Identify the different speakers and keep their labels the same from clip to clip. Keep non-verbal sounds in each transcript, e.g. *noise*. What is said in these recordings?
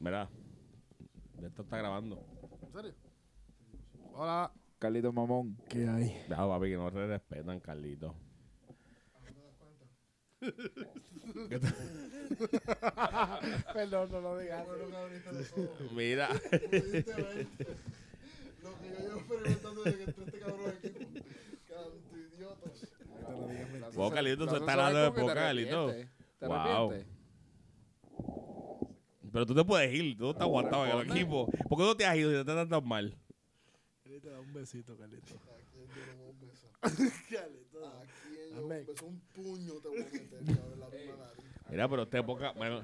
Speaker 1: Mira, esto está grabando.
Speaker 2: ¿En serio? Hola.
Speaker 3: Carlito Mamón.
Speaker 4: ¿Qué hay?
Speaker 1: Ya, papi, que no te respetan, Carlito.
Speaker 4: Perdón, no lo digas.
Speaker 2: Bueno, que abriste los ojos.
Speaker 1: Mira,
Speaker 2: Pudiste ver Lo que yo llevo preguntando de que entró este cabrón aquí. Canto idiotas.
Speaker 1: Wow, Carlito, tú estás hablando de poca, Carlito.
Speaker 3: ¿Te
Speaker 1: Wow.
Speaker 3: arrepientes?
Speaker 1: *laughs* pero tú te puedes ir, tú no estás aguantado en el equipo. ¿Por qué no te has ido si te tratan tan mal?
Speaker 4: Carlito, da un besito, Carlito.
Speaker 2: ¿A quién yo le voy a un
Speaker 4: *laughs*
Speaker 2: beso?
Speaker 4: Carlito, da-
Speaker 2: ¿A quién yo le voy a
Speaker 4: Amén.
Speaker 2: un beso? Un puño te voy a meter, cabrón, en la misma nariz.
Speaker 1: Mira, pero este poca. Bueno,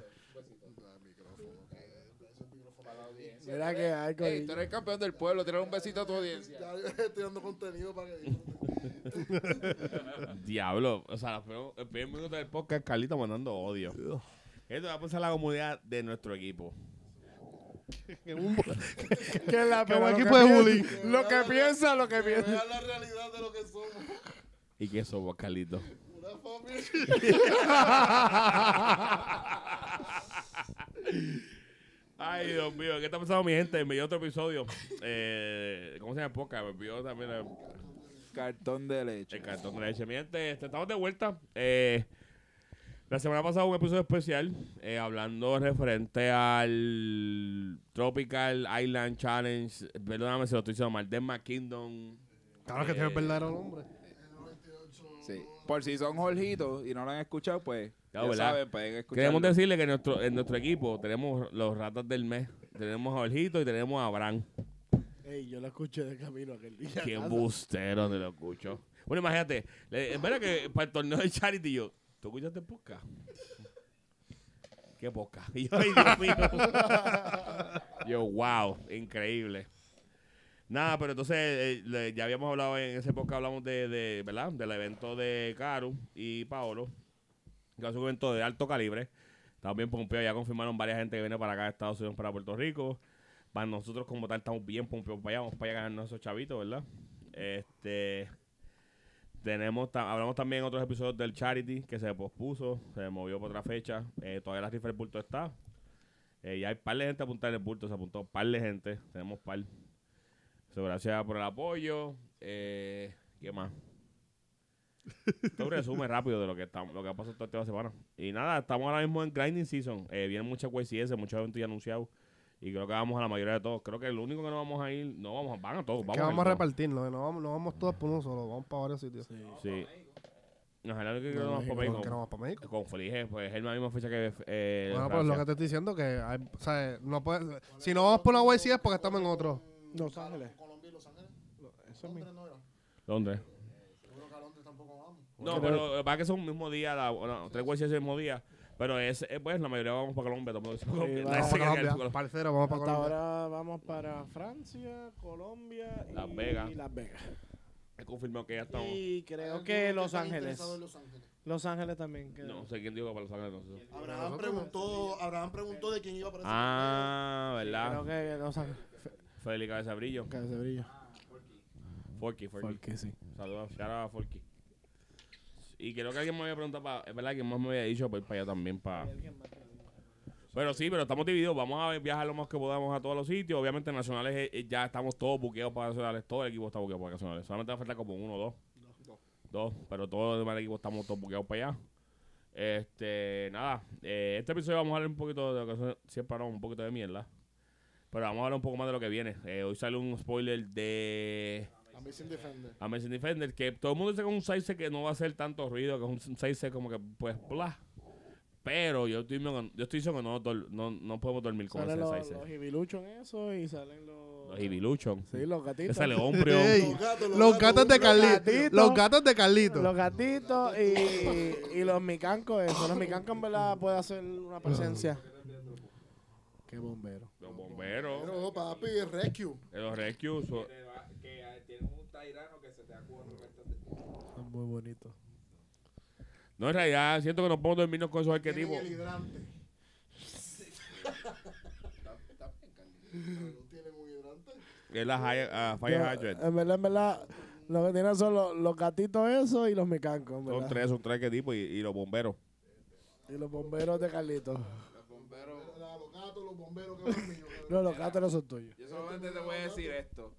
Speaker 2: Ah, micrófono, que es el micrófono a la audiencia.
Speaker 4: Mira que hay,
Speaker 3: Ey, tú
Speaker 4: Carlito.
Speaker 3: eres el campeón del pueblo. Tira un besito a tu audiencia.
Speaker 2: Ya yo estoy dando contenido para que disfruten.
Speaker 4: *laughs*
Speaker 1: diablo. O sea, los primeros- el primer minuto del podcast, Carlito mandando odio. Esto va a pasar a la comunidad de nuestro equipo.
Speaker 4: Que la
Speaker 5: Como
Speaker 4: pero lo
Speaker 5: equipo
Speaker 4: que
Speaker 5: de
Speaker 4: piensa-
Speaker 5: bullying.
Speaker 4: Lo que piensa, lo que
Speaker 2: Que
Speaker 4: piensa.
Speaker 2: vean la realidad de lo que somos.
Speaker 1: ¿Y qué somos, Carlito?
Speaker 2: Una familia.
Speaker 1: *laughs*
Speaker 4: *laughs*
Speaker 1: Ay, Dios mío, ¿qué está pasando, mi gente? Me dio otro episodio. Eh, ¿Cómo se llama? Poca. Me envió también eh,
Speaker 3: Cartón de leche.
Speaker 1: el cartón de leche. Mi gente, este, estamos de vuelta. Eh, la semana pasada hubo un episodio especial eh, hablando referente al Tropical Island Challenge. Perdóname si lo estoy diciendo mal. Denmark Kingdom.
Speaker 5: Claro que tiene el verdadero nombre.
Speaker 3: Sí. Por si son Jorgitos y no lo han escuchado, pues
Speaker 1: Ya,
Speaker 3: ya
Speaker 1: ¿verdad?
Speaker 3: saben, pueden escucharlo.
Speaker 1: Queremos decirle que en nuestro, en nuestro equipo tenemos los ratas del mes. Tenemos a Orjito y tenemos a Bran.
Speaker 4: Ey, yo lo escuché de camino aquel día.
Speaker 1: Qué
Speaker 4: Casa.
Speaker 1: bustero te lo escucho. Bueno, imagínate, le- es verdad que para el torneo de charity yo, ¿tú escuchaste podcast? ¿Qué podcast? *laughs* Y yo, ay, Dios mío. Yo, wow, increíble. Nada, pero entonces eh, le- ya habíamos hablado en ese podcast, hablamos de, de, ¿verdad? Del evento de Caro y Paolo. Que es un evento de alto calibre. Estamos bien pompeados, ya confirmaron varias gente que viene para acá de Estados Unidos, para Puerto Rico. Para nosotros como tal estamos bien pompeados para allá, vamos para allá a ganarnos esos chavitos, ¿verdad? Este tenemos ta- hablamos también en otros episodios del charity que se pospuso, se movió para otra fecha, Eh, todavía la rifa del bulto está. Eh, y hay par de gente apuntada en el bulto, se apuntó par de gente, tenemos par. So, gracias por el apoyo. Eh, ¿Qué más? Esto es un
Speaker 5: *laughs*
Speaker 1: resumen rápido de lo que estamos, lo que ha pasado toda esta semana. Y nada, estamos ahora mismo en grinding season. Eh, vienen muchas QCS, muchos eventos ya anunciados. Y creo que vamos a la mayoría de todos. Creo que el único que no vamos a ir, no vamos, a- van a todos. Vamos,
Speaker 5: que vamos a
Speaker 1: ir todos.
Speaker 5: repartirnos, no vamos, no vamos todos por uno solo, vamos para varios sitios.
Speaker 1: Sí. No, es el único que
Speaker 5: No,
Speaker 1: no vamos
Speaker 5: México,
Speaker 1: para México.
Speaker 5: ¿por qué no vamos para México?
Speaker 1: Con Felice, pues es la misma fecha que. Eh,
Speaker 5: Bueno, pues lo que
Speaker 1: Francia.
Speaker 5: te estoy diciendo que hay, o sea, no puede, si no vamos por una YC es porque estamos en otro.
Speaker 4: Los Ángeles.
Speaker 2: Colombia y Los Ángeles.
Speaker 4: Eso es mi.
Speaker 2: Londres no era.
Speaker 1: Londres.
Speaker 2: Seguro que a Londres tampoco vamos.
Speaker 1: No, pero lo que pasa es que son el mismo día, la, bueno, tres güeyes el mismo día. Pero es, eh, pues la mayoría vamos para Colombia. todo el mundo dice Colombia.
Speaker 4: vamos
Speaker 1: *laughs* Nadie se
Speaker 5: Vamos para
Speaker 1: quiere quedar
Speaker 5: Colombia,
Speaker 1: con
Speaker 5: parcero, vamos para
Speaker 4: Hasta
Speaker 5: Colombia.
Speaker 4: ahora vamos para Francia, Colombia y
Speaker 1: Las Vegas.
Speaker 4: y Las Vegas.
Speaker 1: He confirmado que ya estamos.
Speaker 4: Y creo
Speaker 2: ¿Alguno
Speaker 4: que
Speaker 2: que
Speaker 4: Los
Speaker 2: esté
Speaker 4: Ángeles.
Speaker 2: interesado en Los Ángeles?
Speaker 4: Los Ángeles también. quedó.
Speaker 1: No sé quién dijo que para Los Ángeles. no sé.
Speaker 2: Abraham preguntó, Abraham preguntó de quién iba a aparecer.
Speaker 1: Ah,
Speaker 4: Creo
Speaker 1: ¿verdad?
Speaker 4: que Los Ángeles.
Speaker 1: Feliz Cabeza Brillo.
Speaker 4: Que se brilla.
Speaker 1: Forky, Forky.
Speaker 4: Porque sí.
Speaker 1: Saludos, shout out a Forky. Y creo que alguien me había preguntado, pa- es verdad que más me había dicho para ir para allá también. Para... Pero sí, pero estamos divididos. Vamos a viajar lo más que podamos a todos los sitios. Obviamente, nacionales eh, eh, ya estamos todos buqueados para nacionales. Todo el equipo está buqueado para nacionales. Solamente va a faltar como uno o dos. Dos. Pero todos los demás equipos estamos todos buqueados para allá. Este, nada. eh, este episodio vamos a hablar un poquito de lo que son- siempre hablamos un poquito de mierda. Pero vamos a hablar un poco más de lo que viene. Eh, hoy sale un spoiler de.
Speaker 2: A mí sin defender.
Speaker 1: Amazing Defender, que todo el mundo dice que es un 6 que no va a hacer tanto ruido, que es un 6 como que, pues, bla. Pero yo estoy, yo estoy diciendo que no, dol- no, no podemos dormir con
Speaker 4: Salen
Speaker 1: ese
Speaker 4: los,
Speaker 1: 6
Speaker 4: los hibiluchos en eso y salen los.
Speaker 1: Los Ibiluchon.
Speaker 4: Sí, los
Speaker 1: Que
Speaker 4: gatitos.
Speaker 1: sale Ombrion.
Speaker 5: Ey, Los gatos de Carlitos.
Speaker 4: gatitos.
Speaker 5: Los gatos de Carlitos.
Speaker 4: Los gatitos y, y los micancos, eso. Los micancos en verdad puede hacer una presencia. Qué bombero.
Speaker 1: Los bomberos.
Speaker 2: Pero papi, rescue.
Speaker 1: Los rescues. so-
Speaker 3: ah,
Speaker 4: Son muy bonitos.
Speaker 1: No, en realidad, siento que no podemos dormirnos con esos
Speaker 2: Tienen
Speaker 1: arquetipos.
Speaker 2: el hidrante. Pero tienen un hidrante.
Speaker 1: Es la high, ah, Fire Hydrant.
Speaker 4: En verdad, en verdad, lo que tienen son los, los gatitos esos y los micancos, en
Speaker 1: Son
Speaker 4: verdad.
Speaker 1: tres, son tres arquetipos y, y los bomberos.
Speaker 4: Y los bomberos de Carlitos.
Speaker 2: Los bomberos. Los gatos gatos, los bomberos, cabrón mío.
Speaker 4: No,
Speaker 2: cabrón.
Speaker 4: los gatos no son tuyos.
Speaker 3: Yo solamente te voy a decir esto.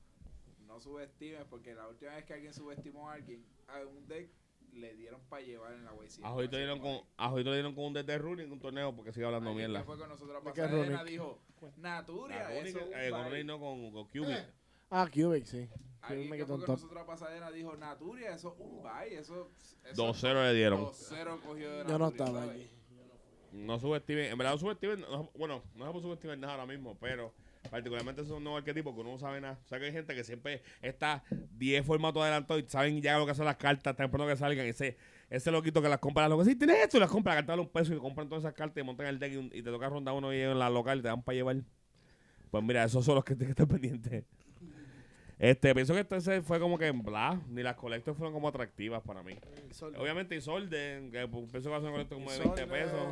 Speaker 3: No subestimes, porque la última vez que alguien subestimó a alguien, a un deck le dieron para llevar en la WC.
Speaker 1: A Jojito le Ah, dieron con, a Jojito le dieron con un DT ruling en un torneo porque sigue hablando mierda.
Speaker 3: fue con nosotros
Speaker 4: ¿De qué
Speaker 3: pasar, Elena
Speaker 4: Ronick?
Speaker 3: dijo, Naturia,
Speaker 1: Ah,
Speaker 3: eso
Speaker 1: Ruling,
Speaker 3: es
Speaker 1: eh,
Speaker 3: un
Speaker 1: con
Speaker 3: baile".
Speaker 1: Ruling no, con, con Cubic.
Speaker 2: Eh.
Speaker 4: Ah, Cubic, sí.
Speaker 3: Alguien
Speaker 4: Cubic
Speaker 3: que
Speaker 4: que
Speaker 3: fue
Speaker 4: ton
Speaker 3: con
Speaker 4: top.
Speaker 3: nosotros a Pasadena dijo, Naturia, eso es un bye, eso... eso
Speaker 1: 2-0 le dieron.
Speaker 3: 2-0 cogió de
Speaker 4: Yo no
Speaker 3: Naturia,
Speaker 4: estaba
Speaker 3: ¿sabes?
Speaker 4: allí.
Speaker 1: No subestimen, en verdad no subestimen, no- bueno, no se puede subestimar nada ahora mismo, pero particularmente son nuevos arquetipos que uno no sabe nada. O sea que hay gente que siempre está 10 formatos adelantados y saben ya lo que son las cartas, tan pronto que salgan. Ese, ese loquito que las compra, lo que sí, tienes esto y las compra, la carta vale un peso y compran todas esas cartas y montan el deck y, un- y te toca ronda uno y en la local y te dan para llevar. Pues mira, esos son los que *laughs* tienen que estar pendientes. Este, pienso que entonces fue como que en bla, ni las colectas fueron como atractivas para mí. Obviamente Isolden, que pues, pienso que va a ser una colecta como de 20 pesos.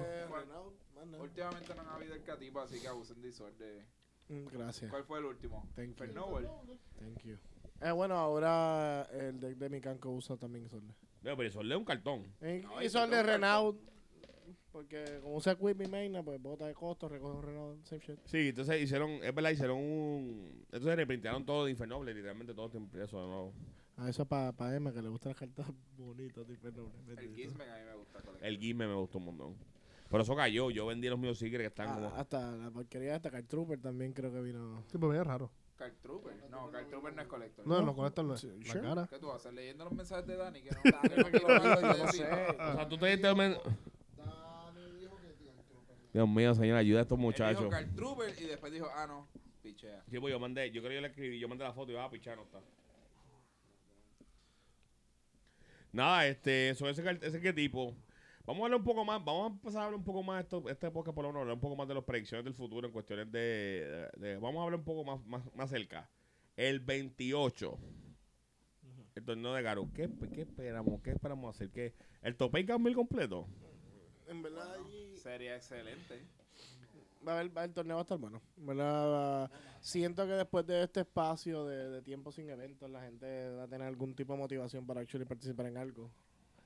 Speaker 3: Últimamente no han habido el catipo, así que abusen de disorde.
Speaker 4: Mm, Gracias.
Speaker 3: ¿Cuál fue el último?
Speaker 4: Thank you.
Speaker 3: Fernover.
Speaker 4: Thank you. Eh, bueno, ahora el deck de mi canco usa también Isolde.
Speaker 1: No, pero Isolde es un cartón.
Speaker 4: Eh,
Speaker 3: No,
Speaker 4: Isolde
Speaker 3: Isolde
Speaker 4: Renault. Porque como usa Quip y Magna, pues bota de costo, recoge un Renault, same shit.
Speaker 1: Sí, entonces hicieron, es verdad, hicieron un... Entonces reprintearon todo de Infernoble, literalmente todo está eso de nuevo.
Speaker 4: Ah, eso es para pa Emma, que le gustan las cartas bonitas, tipo
Speaker 3: El Gizmen a mí me gusta. colega.
Speaker 1: El Gimme me gustó un montón. Pero eso cayó, yo vendí los míos Secret que están como...
Speaker 4: Ah,
Speaker 2: Ah,
Speaker 4: hasta la porquería de hasta Card Trooper también creo que vino.
Speaker 5: Sí, pero bien raro.
Speaker 3: Card Trooper. No, Card Trooper no es colector.
Speaker 5: No, no, con esto no es.
Speaker 4: Sí,
Speaker 5: La
Speaker 4: sure.
Speaker 5: cara.
Speaker 3: ¿Qué tú vas a hacer? Leyendo los mensajes de Dani, que no
Speaker 5: *laughs*
Speaker 3: Dani, que lo acabo de
Speaker 4: No
Speaker 3: decir.
Speaker 4: sé.
Speaker 1: O sea, tú te diste... men-
Speaker 2: ah. Dani dijo que tío, el
Speaker 1: Dios mío, señor, ayuda a estos
Speaker 3: Él dijo
Speaker 1: muchachos.
Speaker 3: Card Trooper y después dijo, ah, no, pichea.
Speaker 1: Sí, pues yo mandé, yo creo que yo le escribí, yo mandé la foto y va a pichar, no está. Nada, este, sobre ese, car- ese qué tipo. Vamos a hablar un poco más, vamos a empezar a hablar un poco más de esto, esta época por lo menos, hablar un poco más de las predicciones del futuro en cuestiones de, de- vamos a hablar un poco más, más, más cerca. El 28, el torneo de Garo, ¿qué, qué esperamos? ¿Qué esperamos hacer? ¿Qué, ¿El tope y cambio completo?
Speaker 4: En verdad,
Speaker 3: Sería excelente.
Speaker 4: va a haber, va- el torneo va a estar bueno. En verdad, va- siento que después de este espacio de, de tiempo sin eventos, la gente va a tener algún tipo de motivación para actually participar en algo.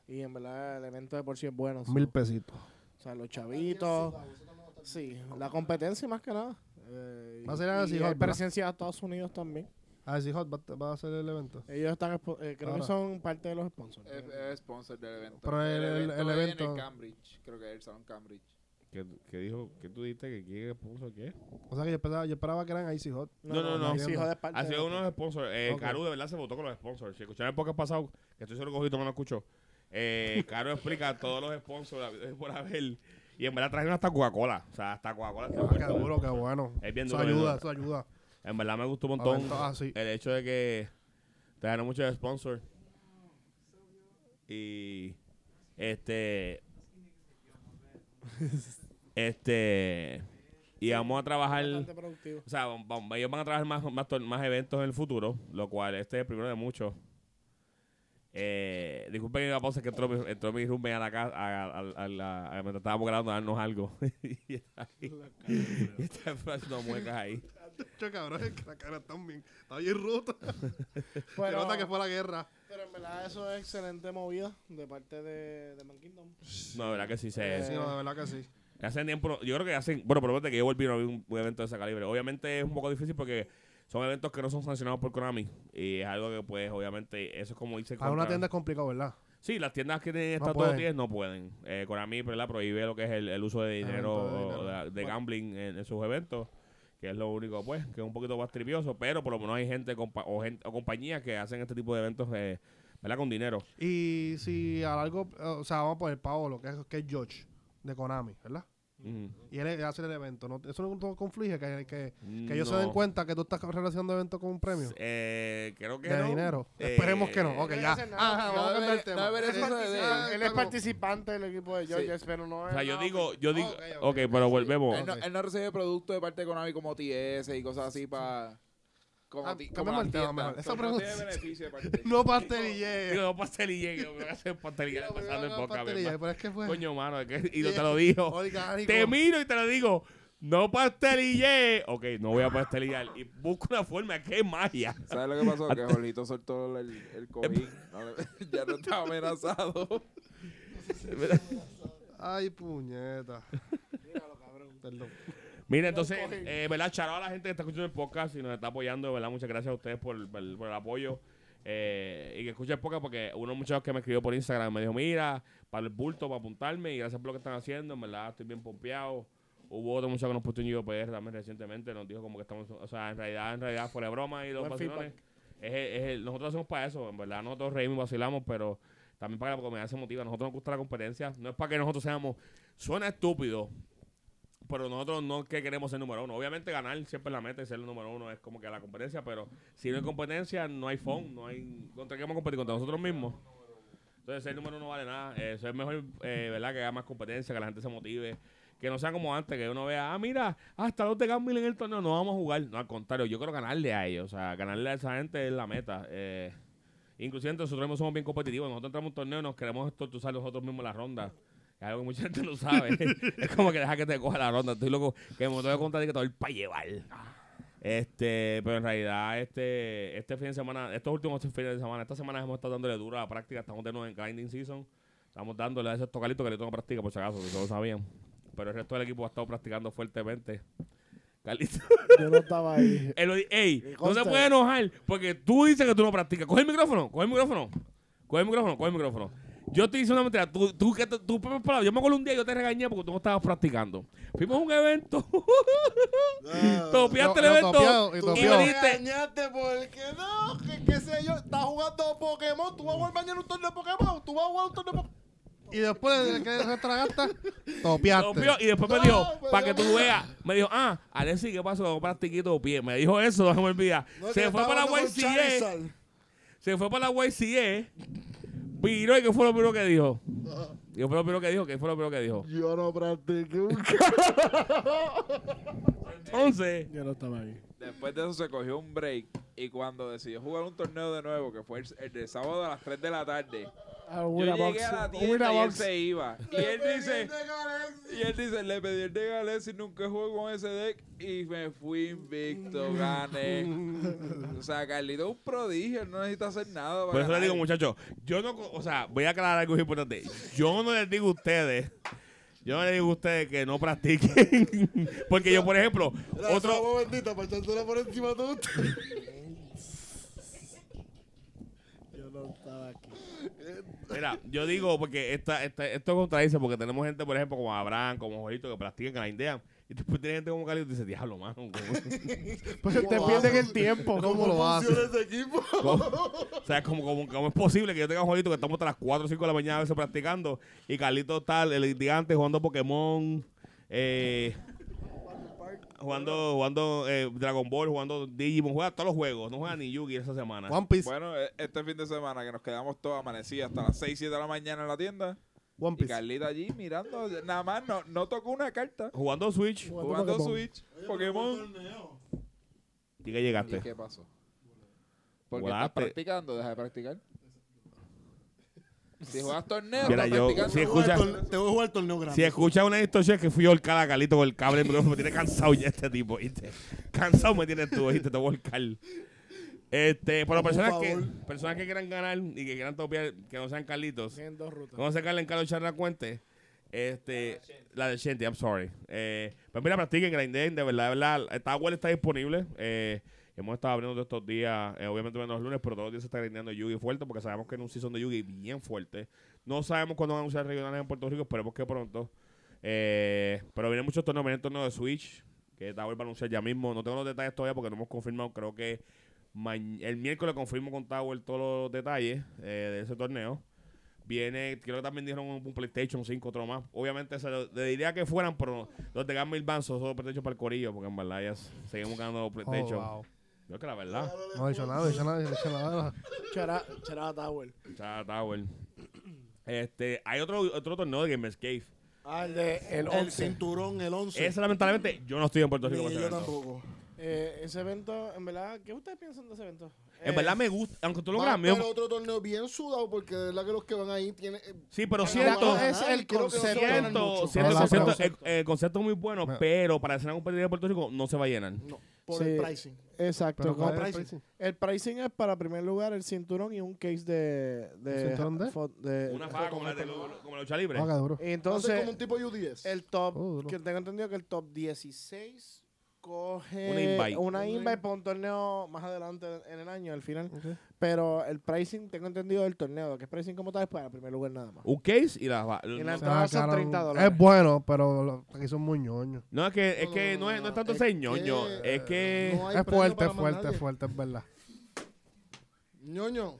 Speaker 4: Y en verdad, el evento de por sí es bueno. so-
Speaker 5: Mil pesitos.
Speaker 4: O sea, los chavitos. Sí, la competencia más que nada. Eh,
Speaker 5: Va a ser así,
Speaker 4: y
Speaker 5: Hot,
Speaker 4: hay
Speaker 5: ¿verdad?
Speaker 4: presencia de Estados Unidos también.
Speaker 5: Ah, sí, Hot va, va a hacer el evento.
Speaker 4: Ellos están, expo- eh, creo
Speaker 5: Ahora.
Speaker 4: que son parte de los sponsors.
Speaker 3: Es, es sponsor del evento.
Speaker 5: Pero el- el- el
Speaker 3: es en
Speaker 5: evento-
Speaker 3: el Cambridge. Creo que es el Salón Cambridge.
Speaker 1: ¿Qué, qué dijo? ¿Qué tú dijiste? ¿Que quién puso qué?
Speaker 5: O sea que yo esperaba, yo esperaba que eran Icy Hot.
Speaker 1: No, no, no.
Speaker 4: Sí, Hot es parte
Speaker 1: Ha
Speaker 4: de
Speaker 1: sido
Speaker 4: los
Speaker 1: uno de los sponsors. Eh,
Speaker 5: Ok.
Speaker 1: Caru de verdad se votó con los sponsors. Si escucharon el podcast pasado, que estoy seguro que Ojito no lo escuchó.
Speaker 5: *laughs*
Speaker 1: Eh, Caru explica todos los sponsors eh, por haber. Y en verdad trajeron hasta Coca-Cola. O sea, hasta Coca-Cola. se ha
Speaker 5: Ah, qué
Speaker 1: vuelto-
Speaker 5: duro, qué bueno.
Speaker 1: Es bien
Speaker 5: Eso
Speaker 1: duro,
Speaker 5: ayuda,
Speaker 1: bien *laughs*
Speaker 5: eso ayuda.
Speaker 1: En verdad me gustó un montón
Speaker 5: Aventó- ah, sí.
Speaker 1: el hecho de que trajeron muchos sponsors. Y
Speaker 5: *laughs*
Speaker 1: este. Este. Y vamos a trabajar.
Speaker 4: bastante productivos.
Speaker 1: O sea, vam- vam- ellos van a trabajar más, más, tor- más eventos en el futuro, lo cual este es el primero de muchos. Eh, disculpen la pausa que entró, mi- entró mi roommate a la casa a, a- a- a la- a- mientras estábamos grabando a darnos algo. *laughs* y está ahí. *laughs* Y está haciendo muecas ahí.
Speaker 5: Che, cabrón, es que la cara está bien, está bien rota. Se
Speaker 4: Pero-
Speaker 5: nota que fue la guerra.
Speaker 4: Pero en verdad eso es excelente movida de parte de, de Man Kingdom.
Speaker 1: No, de verdad que sí
Speaker 4: Eh.
Speaker 1: se.
Speaker 5: Sí, no, de verdad que sí.
Speaker 1: Hacen tiempo. no- Yo creo que hacen. Bueno, probablemente que yo volví a un, un evento de ese calibre. Obviamente es un poco difícil porque son eventos que no son sancionados por Konami. Y es algo que, pues, obviamente, eso es como irse
Speaker 5: Para una
Speaker 1: contra-
Speaker 5: tienda es complicado, ¿verdad?
Speaker 1: Sí, las tiendas que tienen
Speaker 5: No
Speaker 1: estatutos
Speaker 5: pueden.
Speaker 1: 10 no pueden. Eh, Konami ¿verdad? prohíbe lo que es el, el uso de
Speaker 5: El
Speaker 1: dinero
Speaker 5: evento de dinero.
Speaker 1: o de, de gambling en, en sus eventos, que es lo único, pues, que es un poquito más trivioso, pero por lo menos hay gente compa- o, gen- o compañías que hacen este tipo de eventos, eh, ¿verdad? Con dinero.
Speaker 5: Y si a largo, o sea, vamos a poner Paolo, que es, que es George de Konami, ¿verdad?
Speaker 1: Ujú.
Speaker 5: Y él hace el evento. ¿no? Eso no conflige que, que, que ellos se
Speaker 1: No.
Speaker 5: den cuenta que tú estás relacionando eventos con un premio.
Speaker 1: Eh, creo que
Speaker 5: de
Speaker 1: no.
Speaker 5: dinero.
Speaker 1: Eh,
Speaker 5: Esperemos que no. Ok,
Speaker 4: no
Speaker 5: ya.
Speaker 4: hace nada.
Speaker 3: Ah,
Speaker 5: Ajá,
Speaker 4: No
Speaker 5: vamos a cambiar
Speaker 3: debe-
Speaker 5: el tema.
Speaker 3: no debe
Speaker 5: Sí,
Speaker 3: eso de-
Speaker 5: sí,
Speaker 3: de-
Speaker 5: ah,
Speaker 4: Él
Speaker 5: está
Speaker 4: es
Speaker 5: como-
Speaker 4: participante del equipo de Georges, pero no
Speaker 1: O
Speaker 4: es.
Speaker 1: sea, yo
Speaker 4: nada
Speaker 1: digo, yo digo,
Speaker 5: Ok, ok,
Speaker 1: ok, pero
Speaker 5: sí.
Speaker 1: volvemos.
Speaker 3: Él Eh, no,
Speaker 5: Ok.
Speaker 3: él no recibe producto de parte de Konami como TS y cosas así para... Como,
Speaker 5: Ah,
Speaker 3: ti- como las
Speaker 5: cambiamos el tema
Speaker 3: tiendas.
Speaker 5: mejor. Esa
Speaker 3: No
Speaker 5: pregunta-
Speaker 3: tiene beneficio de
Speaker 5: *laughs*
Speaker 3: parte de
Speaker 5: No pastelillé.
Speaker 1: Digo, no pastelilla, que me voy a hacer pastelilla pasando en boca, mi hermano.
Speaker 5: Pero es que fue.
Speaker 1: Coño, mano, es que- y no te lo digo.
Speaker 5: Orgánico.
Speaker 1: Te miro y te lo digo. No pastelillé. Ok, no voy a pastelillar. Y busco una forma. ¡Qué magia!
Speaker 3: ¿Sabes lo que pasó? Que Jorgito soltó el, el cojín. No le- *laughs* ya no está amenazado.
Speaker 5: Ay, puñeta. Perdón.
Speaker 1: Mira, entonces,
Speaker 2: cogen.
Speaker 1: eh, ¿verdad? Charado a la gente que está escuchando el podcast y nos está apoyando, ¿verdad? Muchas gracias a ustedes por, por- por el apoyo. eh, y que escuchen el podcast porque uno de los muchachos que me escribió por Instagram me dijo, mira, para el bulto, para apuntarme y gracias por lo que están haciendo, en verdad estoy bien pompeado. Hubo otro muchacho que nos puso en UPR también recientemente, nos dijo como que estamos, o sea, en realidad, en realidad, fuera de broma y los
Speaker 4: Buen
Speaker 1: vacilones. Es, el- es el- nosotros hacemos para eso, en verdad, nosotros reímos y vacilamos, pero también para que la comunidad se motiva. A nosotros nos gusta la competencia, no es para que nosotros seamos, suena estúpido, pero nosotros no es que queremos ser número uno. Obviamente ganar siempre es la meta y ser el número uno es como que la competencia, pero si no hay competencia, no hay phone, no hay... ¿Contra qué vamos a competir? ¿Contra nosotros mismos? Entonces ser número uno no vale nada. Eh, Eso es mejor, eh, ¿verdad? Que haya más competencia, que la gente se motive. Que no sea como antes, que uno vea, ah, mira, hasta los de Gamble en el torneo no vamos a jugar. No, al contrario, yo quiero ganarle a ellos. O sea, ganarle a esa gente es la meta. Eh, inclusive entre nosotros mismos somos bien competitivos. Nosotros entramos a un torneo y nos queremos tortuzar nosotros mismos en la ronda. Es algo que mucha gente no sabe. es como que deja que te coja la ronda. Estoy loco que me voy a contar de que te voy para llevar. Este, pero en realidad, este, este fin de semana, estos últimos fines de semana, esta semana hemos estado dándole duro a la práctica. Estamos de nuevo en grinding season. Estamos dándole a esos tocalitos que le tengo práctica, por si acaso, que todos sabían. Pero el resto del equipo ha estado practicando fuertemente. Carlito.
Speaker 4: Yo no estaba *laughs* ahí.
Speaker 1: Él lo di- ey, no
Speaker 4: conste.
Speaker 1: te puedes enojar porque tú dices que tú no practicas. Coge el micrófono, coge el micrófono. Coge el micrófono, coge el micrófono. Yo te hice una mentira. Tú, tú, que te- tú, tú- yo me acuerdo un día yo te regañé porque tú no estabas practicando. Fuimos a un evento. *laughs*
Speaker 2: Ah,
Speaker 1: Topiaste el
Speaker 5: Lo- lo
Speaker 1: evento.
Speaker 5: topió, y
Speaker 2: Tú
Speaker 5: topió.
Speaker 2: me engañaste porque no, que qué sé yo, estás jugando Pokémon, tú vas a jugar mañana un torneo de Pokémon, tú vas a jugar un torneo de Pokémon.
Speaker 5: Y después de que retragaste, topiaste.
Speaker 1: Rompió, y después me
Speaker 2: No,
Speaker 1: dijo,
Speaker 2: pero-
Speaker 1: para que tú veas, me dijo, ah, Alexi, ¿qué pasó? No practiquito pie. Me dijo eso, *laughs* no se me olvida. se fue para la YCA, se fue para la YCA, viró y ¿qué fue lo primero que dijo? ¿Qué fue lo primero que dijo? ¿Qué fue lo primero que dijo?
Speaker 2: Yo no practiqué un
Speaker 1: Entonces,
Speaker 4: Yo no estaba ahí.
Speaker 3: Después de eso se cogió un break y cuando decidió jugar un torneo de nuevo, que fue el, el de sábado a las 3 de la tarde,
Speaker 4: Ah,
Speaker 3: yo
Speaker 4: una
Speaker 3: llegué
Speaker 4: box.
Speaker 3: a la
Speaker 4: Una
Speaker 3: tienda y él
Speaker 4: box.
Speaker 3: se
Speaker 4: *laughs*
Speaker 3: iba. Y él
Speaker 5: *laughs*
Speaker 3: dice, y él dice, le pedí el de Gales y nunca jugué con ese deck y me fui invicto, gané. o sea, Carlito es un prodigio, él no necesita hacer nada para
Speaker 1: por eso les digo,
Speaker 3: ganar.
Speaker 1: muchachos, yo no, co- o sea, voy a aclarar algo importante. Yo no les digo a ustedes, yo no les digo a ustedes que no practiquen. *laughs* Porque yo, por ejemplo,
Speaker 2: Otra
Speaker 1: otro,
Speaker 2: agua bendita para echársela por encima de todo.
Speaker 4: Yo no estaba aquí.
Speaker 1: Mira, yo digo porque esta, esta- esto contradice porque tenemos gente, por ejemplo, como Abraham, como Jorito, que practican, que la indean. Y después tiene gente como Calito y dice, diablo, mano. ¿cómo?
Speaker 4: Pues te
Speaker 2: ¿Cómo
Speaker 4: pierden
Speaker 2: haces?
Speaker 4: el tiempo.
Speaker 5: ¿Cómo lo
Speaker 2: ¿Cómo
Speaker 5: haces?
Speaker 2: funciona ese equipo?
Speaker 1: O sea, como, como, como es posible que yo tenga a Jorito que estamos hasta las 4 o 5 de la mañana a veces practicando. Y Carlito está, el gigante, jugando Pokémon, eh, jugando, jugando eh, Dragon Ball, jugando Digimon, juega todos los juegos, no juega ni Yugi esa semana.
Speaker 5: One Piece,
Speaker 3: Bueno, e- este fin de semana que nos quedamos todos amanecidos hasta las 6, 7 de la mañana en la tienda.
Speaker 5: One
Speaker 4: Pues
Speaker 3: Y
Speaker 5: Piece.
Speaker 3: Carlito allí mirando, nada más no, no tocó una carta.
Speaker 1: Jugando Switch.
Speaker 3: Jugando
Speaker 4: Pokémon.
Speaker 3: Switch, Pokémon.
Speaker 1: ¿Y que
Speaker 3: ¿Y
Speaker 1: llegaste?
Speaker 3: qué pasó? Porque
Speaker 1: Volaste.
Speaker 3: estás practicando, deja de practicar. Si juegas torneo,
Speaker 1: Mira,
Speaker 3: estás
Speaker 1: yo-
Speaker 3: practicando.
Speaker 1: si
Speaker 2: Te voy a jugar
Speaker 1: escucha-
Speaker 2: torne- Te voy a jugar torneo grande.
Speaker 1: Si escuchas una distorsión es que fui yo el cara Calito con el cable del micrófono, me tiene cansado ya este tipo, ¿viste? Cansado me tienes tú, ¿viste? Te voy a volcar. Este, pero
Speaker 2: Por
Speaker 1: personas
Speaker 2: favor.
Speaker 1: que, personas que quieran ganar y que quieran topiar, que no sean Carlitos,
Speaker 4: Tienen dos rutas.
Speaker 1: vamos a sacarle en Carlos Charla Cuente. Este, la de Shenty, I'm sorry. Eh, pues mira, practiquen, grinden, de verdad, de verdad. Esta web está disponible. Eh, hemos estado abriendo todos estos días, eh, obviamente menos los lunes, pero todos los días se está grindeando Yugi fuerte porque sabemos que en un season de Yugi bien fuerte. No sabemos cuándo van a anunciar regionales en Puerto Rico, esperemos que pronto. Eh, pero vienen muchos torneos, viene el torneo de Switch, que está vuelve a anunciar ya mismo. No tengo los detalles todavía porque no hemos confirmado. Creo que ma- el miércoles confirmo con Tower todos los detalles eh, de ese torneo. Viene, creo que también dijeron un, un PlayStation 5, otro más. Obviamente se lo- le diría que fueran, pero los de Gamble Van son solo PlayStation para el corillo, porque en verdad ya s- seguimos ganando PlayStation.
Speaker 5: Oh, wow.
Speaker 1: Yo que la verdad.
Speaker 5: No he hecho nada, no he hecho nada, no he hecho nada.
Speaker 4: Chara, Chara Tower.
Speaker 1: Está Tower. Este, hay otro, otro torneo de Gamers Cave.
Speaker 4: Ah, el de el
Speaker 2: El
Speaker 4: 11.
Speaker 2: cinturón, el 11.
Speaker 1: Ese lamentablemente yo no estoy en Puerto Rico.
Speaker 2: Ni
Speaker 1: para ese
Speaker 2: yo
Speaker 1: evento.
Speaker 2: tampoco.
Speaker 4: Eh, ese evento, en verdad, ¿qué ustedes piensan de ese evento?
Speaker 1: En
Speaker 4: Eh,
Speaker 1: verdad me gusta, aunque tú lo
Speaker 2: Va a
Speaker 1: cambies.
Speaker 2: haber otro torneo bien sudado porque de verdad que los que van ahí tienen... eh,
Speaker 1: Sí, pero
Speaker 2: van a
Speaker 1: siento,
Speaker 2: ganar
Speaker 4: es el
Speaker 2: y creo que nosotros
Speaker 4: concepto.
Speaker 2: ganan
Speaker 1: siento,
Speaker 2: mucho.
Speaker 1: siento el
Speaker 5: Hola,
Speaker 1: concepto, el,
Speaker 4: concepto.
Speaker 1: el concepto es muy bueno,
Speaker 5: Me-
Speaker 1: pero para hacer un partido de Puerto Rico no se va a llenar.
Speaker 4: Eh,
Speaker 2: No, por
Speaker 4: Sí.
Speaker 2: el pricing.
Speaker 4: Exacto.
Speaker 5: Pero
Speaker 4: como
Speaker 5: ¿cuál es el
Speaker 4: pricing.
Speaker 5: pricing?
Speaker 4: El pricing es para primer lugar el cinturón y un case de. de
Speaker 5: ¿El cinturón de?
Speaker 4: fo- de-
Speaker 1: Una faja como la de lu- como la lucha libre.
Speaker 5: Ah, qué
Speaker 2: Va
Speaker 5: duro.
Speaker 4: Y
Speaker 2: a ser
Speaker 4: entonces,
Speaker 2: como un tipo UDS.
Speaker 4: el top.
Speaker 5: Oh, duro.
Speaker 4: que tengo entendido que el top 16 coge.
Speaker 1: Una invite.
Speaker 4: Una
Speaker 2: Una
Speaker 4: invite
Speaker 2: invite.
Speaker 4: para un torneo más adelante en el año, al final.
Speaker 5: Ok.
Speaker 4: Pero el pricing, tengo entendido del torneo, que es pricing como tal, es para primer lugar nada más.
Speaker 1: Un case y la fa-
Speaker 4: Y
Speaker 1: no,
Speaker 4: la-
Speaker 5: Se
Speaker 4: entrada son
Speaker 5: sacaron-
Speaker 4: 30 dólares.
Speaker 5: Ah, Es bueno, pero lo- aquí son muy ñoños.
Speaker 1: no, es que, es que no, es, no es tanto ser ñoño,
Speaker 2: que-
Speaker 1: es que...
Speaker 2: No hay
Speaker 5: Es
Speaker 2: premio
Speaker 5: fuerte,
Speaker 2: para
Speaker 5: es
Speaker 2: más
Speaker 5: fuerte,
Speaker 2: nadie.
Speaker 5: es fuerte, es verdad.
Speaker 2: Ñoño,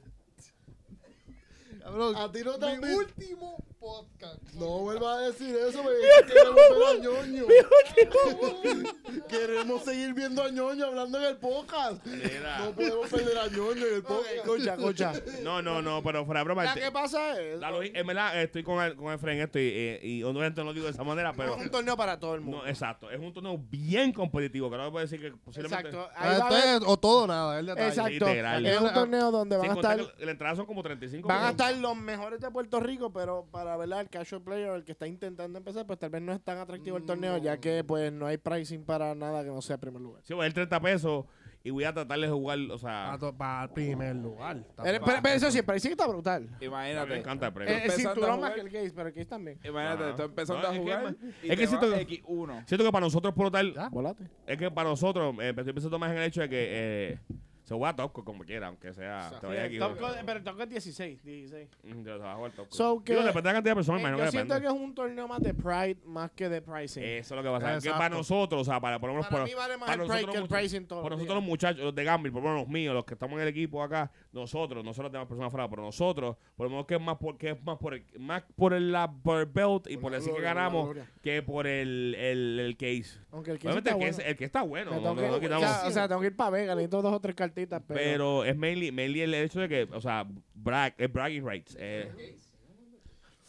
Speaker 5: Cabrón,
Speaker 2: a ti no te
Speaker 5: Mi
Speaker 2: mi último podcast. No vuelvas a decir eso, porque es que queremos ver a ñoño. queremos seguir viendo a ñoño hablando en el podcast.
Speaker 1: Mira.
Speaker 2: No podemos perder a ñoño en el podcast.
Speaker 4: Escucha, escucha.
Speaker 1: No, no, no, pero fuera de broma.
Speaker 4: La
Speaker 1: te-
Speaker 4: que pasa es.
Speaker 1: la log- en verdad, estoy con, el- con Efraín en esto y, eh, y obviamente no lo digo de esa manera, pero...
Speaker 4: es un torneo para todo el mundo.
Speaker 1: No, exacto. Es un torneo bien competitivo. Creo que puedo decir que posiblemente...
Speaker 4: Exacto. Ahí va a haber-
Speaker 5: Este es o todo o nada, es el detalle.
Speaker 4: Exacto.
Speaker 1: Literal.
Speaker 4: Es un torneo donde
Speaker 1: Sin
Speaker 4: van a
Speaker 1: contar
Speaker 4: estar
Speaker 1: que la entrada son como 35
Speaker 4: van a
Speaker 1: minutos.
Speaker 4: estar los mejores de Puerto Rico, pero para ¿verdad? el casual player, el que está intentando empezar, pues tal vez no es tan atractivo el torneo, ya que pues no hay pricing para nada que no sea primer lugar.
Speaker 1: Sí, voy a ir 30 pesos y voy a tratar de jugar, o
Speaker 5: A
Speaker 4: Ah,
Speaker 1: sea...
Speaker 5: Ah, to- Para el primer lugar. Está
Speaker 4: Eh,
Speaker 5: pa-
Speaker 4: pero, pero eso sí, el pricing está brutal.
Speaker 1: Me
Speaker 3: Imagínate.
Speaker 1: encanta el premio.
Speaker 4: Eh, El
Speaker 3: empezando a
Speaker 4: cinturón más
Speaker 3: jugar.
Speaker 4: que el case, pero el case también.
Speaker 3: Imagínate,
Speaker 1: Ajá.
Speaker 3: tú empezando
Speaker 1: No,
Speaker 3: a
Speaker 1: es que
Speaker 3: jugar.
Speaker 1: es-
Speaker 3: y
Speaker 1: es que
Speaker 3: te
Speaker 1: si
Speaker 3: va
Speaker 1: tú-
Speaker 3: X1.
Speaker 1: Siento que para nosotros por tal...
Speaker 5: Ya.
Speaker 4: Volate.
Speaker 1: Es que para nosotros, eh, estoy pensando más en el hecho de que eh, se juega Top Code como quiera, aunque sea. te vaya aquí,
Speaker 4: Top Code- pero el top code es 16, 16.
Speaker 1: Mm, te vas a jugar Top Code.
Speaker 4: So que-
Speaker 1: Digo, depende de la cantidad de personas,
Speaker 4: Eh,
Speaker 1: imagino
Speaker 4: yo
Speaker 1: que
Speaker 4: siento
Speaker 1: depende.
Speaker 4: que es un torneo más de pride más que de pricing.
Speaker 1: Eso es lo que pasa. Que
Speaker 5: Exacto.
Speaker 1: para nosotros, o sea, para por lo menos
Speaker 4: para
Speaker 1: por-
Speaker 4: mí vale más
Speaker 1: para
Speaker 4: el pride
Speaker 1: nosotros
Speaker 4: que el
Speaker 1: mucho-
Speaker 4: pricing todo.
Speaker 1: por nosotros los muchachos, los de Gambit, por lo menos los míos, los que estamos en el equipo acá, nosotros, no son las demás personas afuera, pero nosotros, por lo menos que es más por, que es más por el, más por el, la- por el belt y por,
Speaker 2: la
Speaker 1: decir que
Speaker 2: gloria, por la
Speaker 1: ganamos
Speaker 2: gloria.
Speaker 1: que por el, el, el case.
Speaker 4: Aunque el case
Speaker 1: Obviamente
Speaker 4: está
Speaker 1: el,
Speaker 4: bueno.
Speaker 1: case- el que está bueno,
Speaker 4: Me
Speaker 1: no,
Speaker 4: tengo
Speaker 1: no-
Speaker 4: que-
Speaker 1: no
Speaker 4: o,
Speaker 1: quitamos.
Speaker 4: sea, o sea, tengo que ir para Vega, necesito dos o tres cartitas, pero...
Speaker 1: Pero es mainly, mainly el hecho de que, o sea, brag, eh, bragging rights. eh,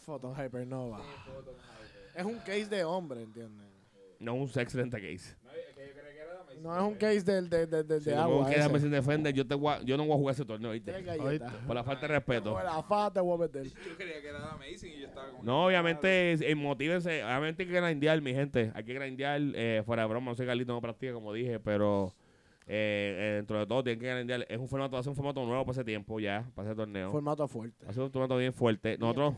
Speaker 4: Photo Hypernova. Es un case de hombre, ¿entiendes?
Speaker 1: no es un excelente case.
Speaker 4: No es un case del, del, del, del
Speaker 1: Si
Speaker 4: de
Speaker 1: tú
Speaker 4: agua.
Speaker 1: me quieres
Speaker 4: ese.
Speaker 1: sin defender, yo, te voy a- yo no voy a jugar ese torneo,
Speaker 4: Tres
Speaker 1: ¿viste?
Speaker 4: galletas.
Speaker 1: Por la falta de respeto.
Speaker 4: Por la fa te voy a meter.
Speaker 3: Yo creía que era amazing y yo estaba como.
Speaker 1: No, obviamente, es- eh, motívense. Obviamente hay que grindear, mi gente. Hay que grindear, eh, fuera de broma. No sé, Carlito no practica, como dije, pero eh, eh, dentro de todo tienen que grindear. Es un formato, va a ser un formato nuevo para ese tiempo ya, para ese torneo.
Speaker 4: Formato fuerte.
Speaker 1: Va a ser un torneo bien fuerte. Nosotros,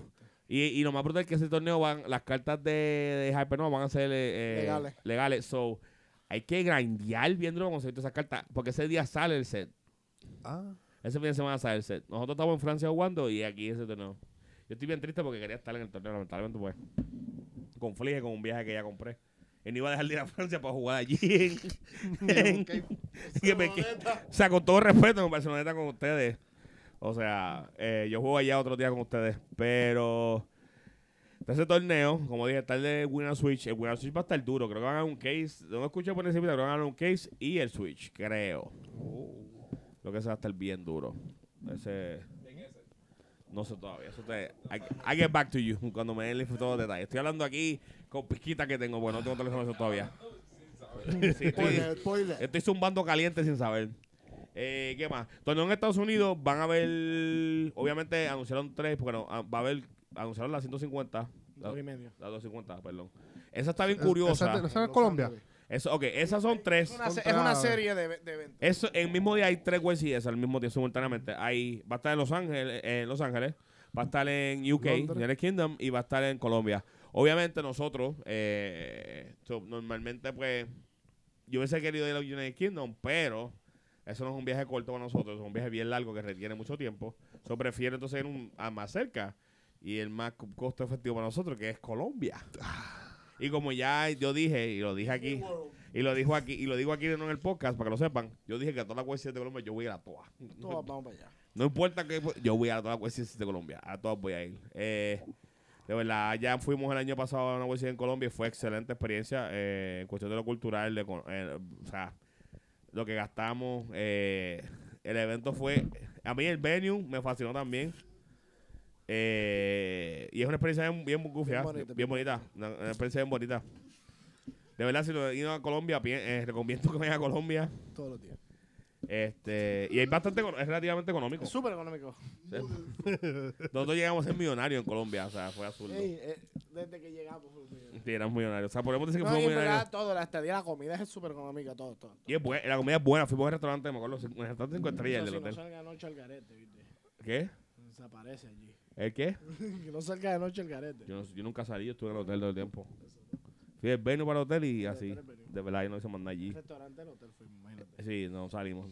Speaker 1: y, y lo más brutal es que ese torneo van, las cartas de, de Hypernova van a ser eh, eh,
Speaker 4: Legales.
Speaker 1: legales. So, hay que grindear viendo los conceptos de esas cartas, porque ese día sale el set.
Speaker 5: Ah.
Speaker 1: Ese fin de semana sale el set. Nosotros estamos en Francia jugando y aquí ese torneo. Yo estoy bien triste porque quería estar en el torneo, lamentablemente, pues. Conflige con un viaje que ya compré. Y no iba a dejar de ir a Francia para jugar allí. *laughs* Que me- que- o sea, con todo respeto, me parece una neta con ustedes. O sea, eh, yo juego allá otro día con ustedes. Pero está ese torneo, como dije, está el de Winner Switch. El Winner Switch va a estar duro. Creo que van a ganar un case. No lo escuché por encima, pero van a ganar un case y el Switch, creo. Lo que se va a estar bien duro. Ese. No sé todavía. Eso te, I, I get back to you cuando me den todos los detalles. Estoy hablando aquí con pisquita que tengo, bueno, no tengo toda la información todavía. Sí, estoy-
Speaker 2: Spoiler, spoiler.
Speaker 1: Estoy zumbando caliente sin saber. Eh, ¿Qué más? Torneo en Estados Unidos van a haber. Obviamente anunciaron tres, porque no, ah, va a haber. Anunciaron las 150. La,
Speaker 4: Dos y medio.
Speaker 1: la 250, perdón. Esa está bien
Speaker 5: Esa-
Speaker 1: curiosa.
Speaker 5: esa- esa es Colombia?
Speaker 1: Eso, ok, esas son
Speaker 4: Es
Speaker 1: tres.
Speaker 4: una, se- es
Speaker 5: Contra-
Speaker 4: una serie de, de eventos.
Speaker 1: Eso, el mismo día hay tres WCS al mismo día simultáneamente. Ahí va a estar en Los Ángeles, en Los Ángeles, va a estar en UK,
Speaker 5: Londres.
Speaker 1: United Kingdom, y va a estar en Colombia. Obviamente nosotros, eh, so, normalmente pues, yo hubiese querido ir a United Kingdom, pero eso no es un viaje corto para nosotros, es un viaje bien largo que requiere mucho tiempo. Yo prefiero entonces ir un, a más cerca y el más co- costo efectivo para nosotros, que es Colombia. Y como ya yo dije, y lo dije aquí, y lo dijo aquí, y lo digo aquí no en el podcast para que lo sepan, yo dije que a todas las cuestiones de Colombia yo voy a ir a todas.
Speaker 4: Todos vamos para allá.
Speaker 1: No importa que pues, yo voy a todas las WCS de Colombia, a todas voy a ir. Eh, de verdad, ya fuimos el año pasado a una WCS en Colombia y fue excelente experiencia. eh, en cuestión de lo cultural, de co- eh, o sea, lo que gastamos. eh, el evento fue. A mí el venue me fascinó también. Eh, y es una experiencia bien, bien goofy,
Speaker 4: Bien
Speaker 1: ah,
Speaker 4: bonita,
Speaker 1: bien bonita. Una, una experiencia bien bonita. De verdad, si no han ido a Colombia, pi- eh, recomiendo que vayan a Colombia.
Speaker 4: todos los días.
Speaker 1: Este, y es bastante, econo- es relativamente económico.
Speaker 4: Es súper económico.
Speaker 1: *laughs* Nosotros llegamos a ser millonarios en Colombia, o sea, fue azul. Sí,
Speaker 4: Ey, eh, desde que llegamos. pues, fue un millón.
Speaker 1: éramos millonarios. O sea, podemos decir que
Speaker 4: No, y
Speaker 1: fuimos
Speaker 4: en
Speaker 1: millonarios.
Speaker 4: verdad, todo, la estadía, la comida es súper económica, todo, todo. todo.
Speaker 1: Y es buena, la comida es buena. Fuimos al restaurante, me acuerdo, cin- un restaurante cinco estrellas
Speaker 4: Eso
Speaker 1: del
Speaker 4: sí, no
Speaker 1: hotel.
Speaker 4: salga anoche al garete, ¿viste?
Speaker 1: ¿Qué?
Speaker 4: Desaparece allí.
Speaker 1: ¿El qué?
Speaker 4: *laughs* que no salga de noche al garete.
Speaker 1: Yo, no- yo nunca salí, yo estuve en el hotel todo el tiempo. Fui el venue para el hotel y así.
Speaker 4: hotel es venue.
Speaker 1: De verdad, yo no hice mandar allí.
Speaker 4: El restaurante del hotel fuimos, imagínate.
Speaker 1: Sí, no salimos.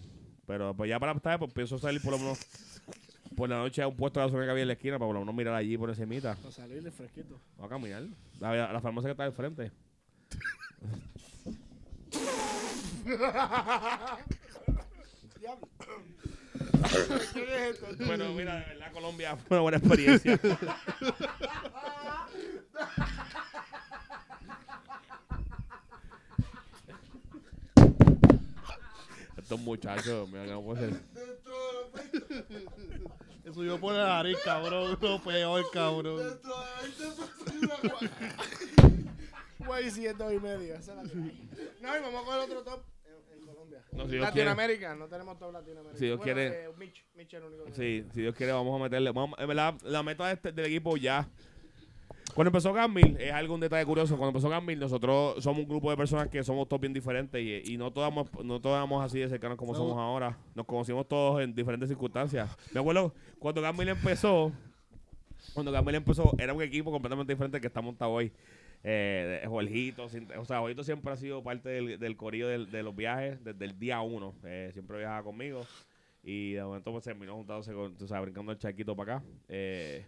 Speaker 1: Pero pues ya para estar, pues pienso salir por lo menos por la noche a un puesto de gasolina que había en la esquina para por lo menos mirar allí por encimita.
Speaker 4: Para salirle fresquito.
Speaker 1: Vamos a caminar. La, la farmacia que está al frente.
Speaker 4: Diablo.
Speaker 1: Bueno, mira, de verdad Colombia fue una buena experiencia. Estos muchachos, mira, no puede ser.
Speaker 2: Dentro de los veinte-
Speaker 5: Eso yo por la nariz, cabrón. Lo peor, cabrón.
Speaker 2: dentro de pues, 20
Speaker 1: *laughs*
Speaker 2: personas. guay.
Speaker 4: Güey, siete y medio. Esa es la que hay. No, y vamos a coger otro top en, en Colombia.
Speaker 1: No, si Dios quiere.
Speaker 4: Latinoamérica, no tenemos top Latinoamérica.
Speaker 1: Si Dios
Speaker 4: Bueno,
Speaker 1: quiere-
Speaker 4: eh, Mitch, Mitch es el único que
Speaker 1: Sí, si Dios quiere, vamos a meterle. Vamos, en verdad, la meta de este- del equipo ya. Cuando empezó Gambil, es algo un detalle curioso. Cuando empezó Gambil, nosotros somos un grupo de personas que somos todos bien diferentes y, y no todos éramos- no todos éramos así de cercanos como somos ahora. Nos conocimos todos en diferentes circunstancias. Me acuerdo cuando Gambil empezó, cuando Gamil empezó, era un equipo completamente diferente al que está montado hoy. Eh, de- Jorgito, sin- o sea, Jorgito siempre ha sido parte del, del corillo del- de los viajes desde el día uno. Eh, siempre viajaba conmigo. Y de momento pues terminó juntándose con, tú sabes, brincando el charquito para acá. Eh,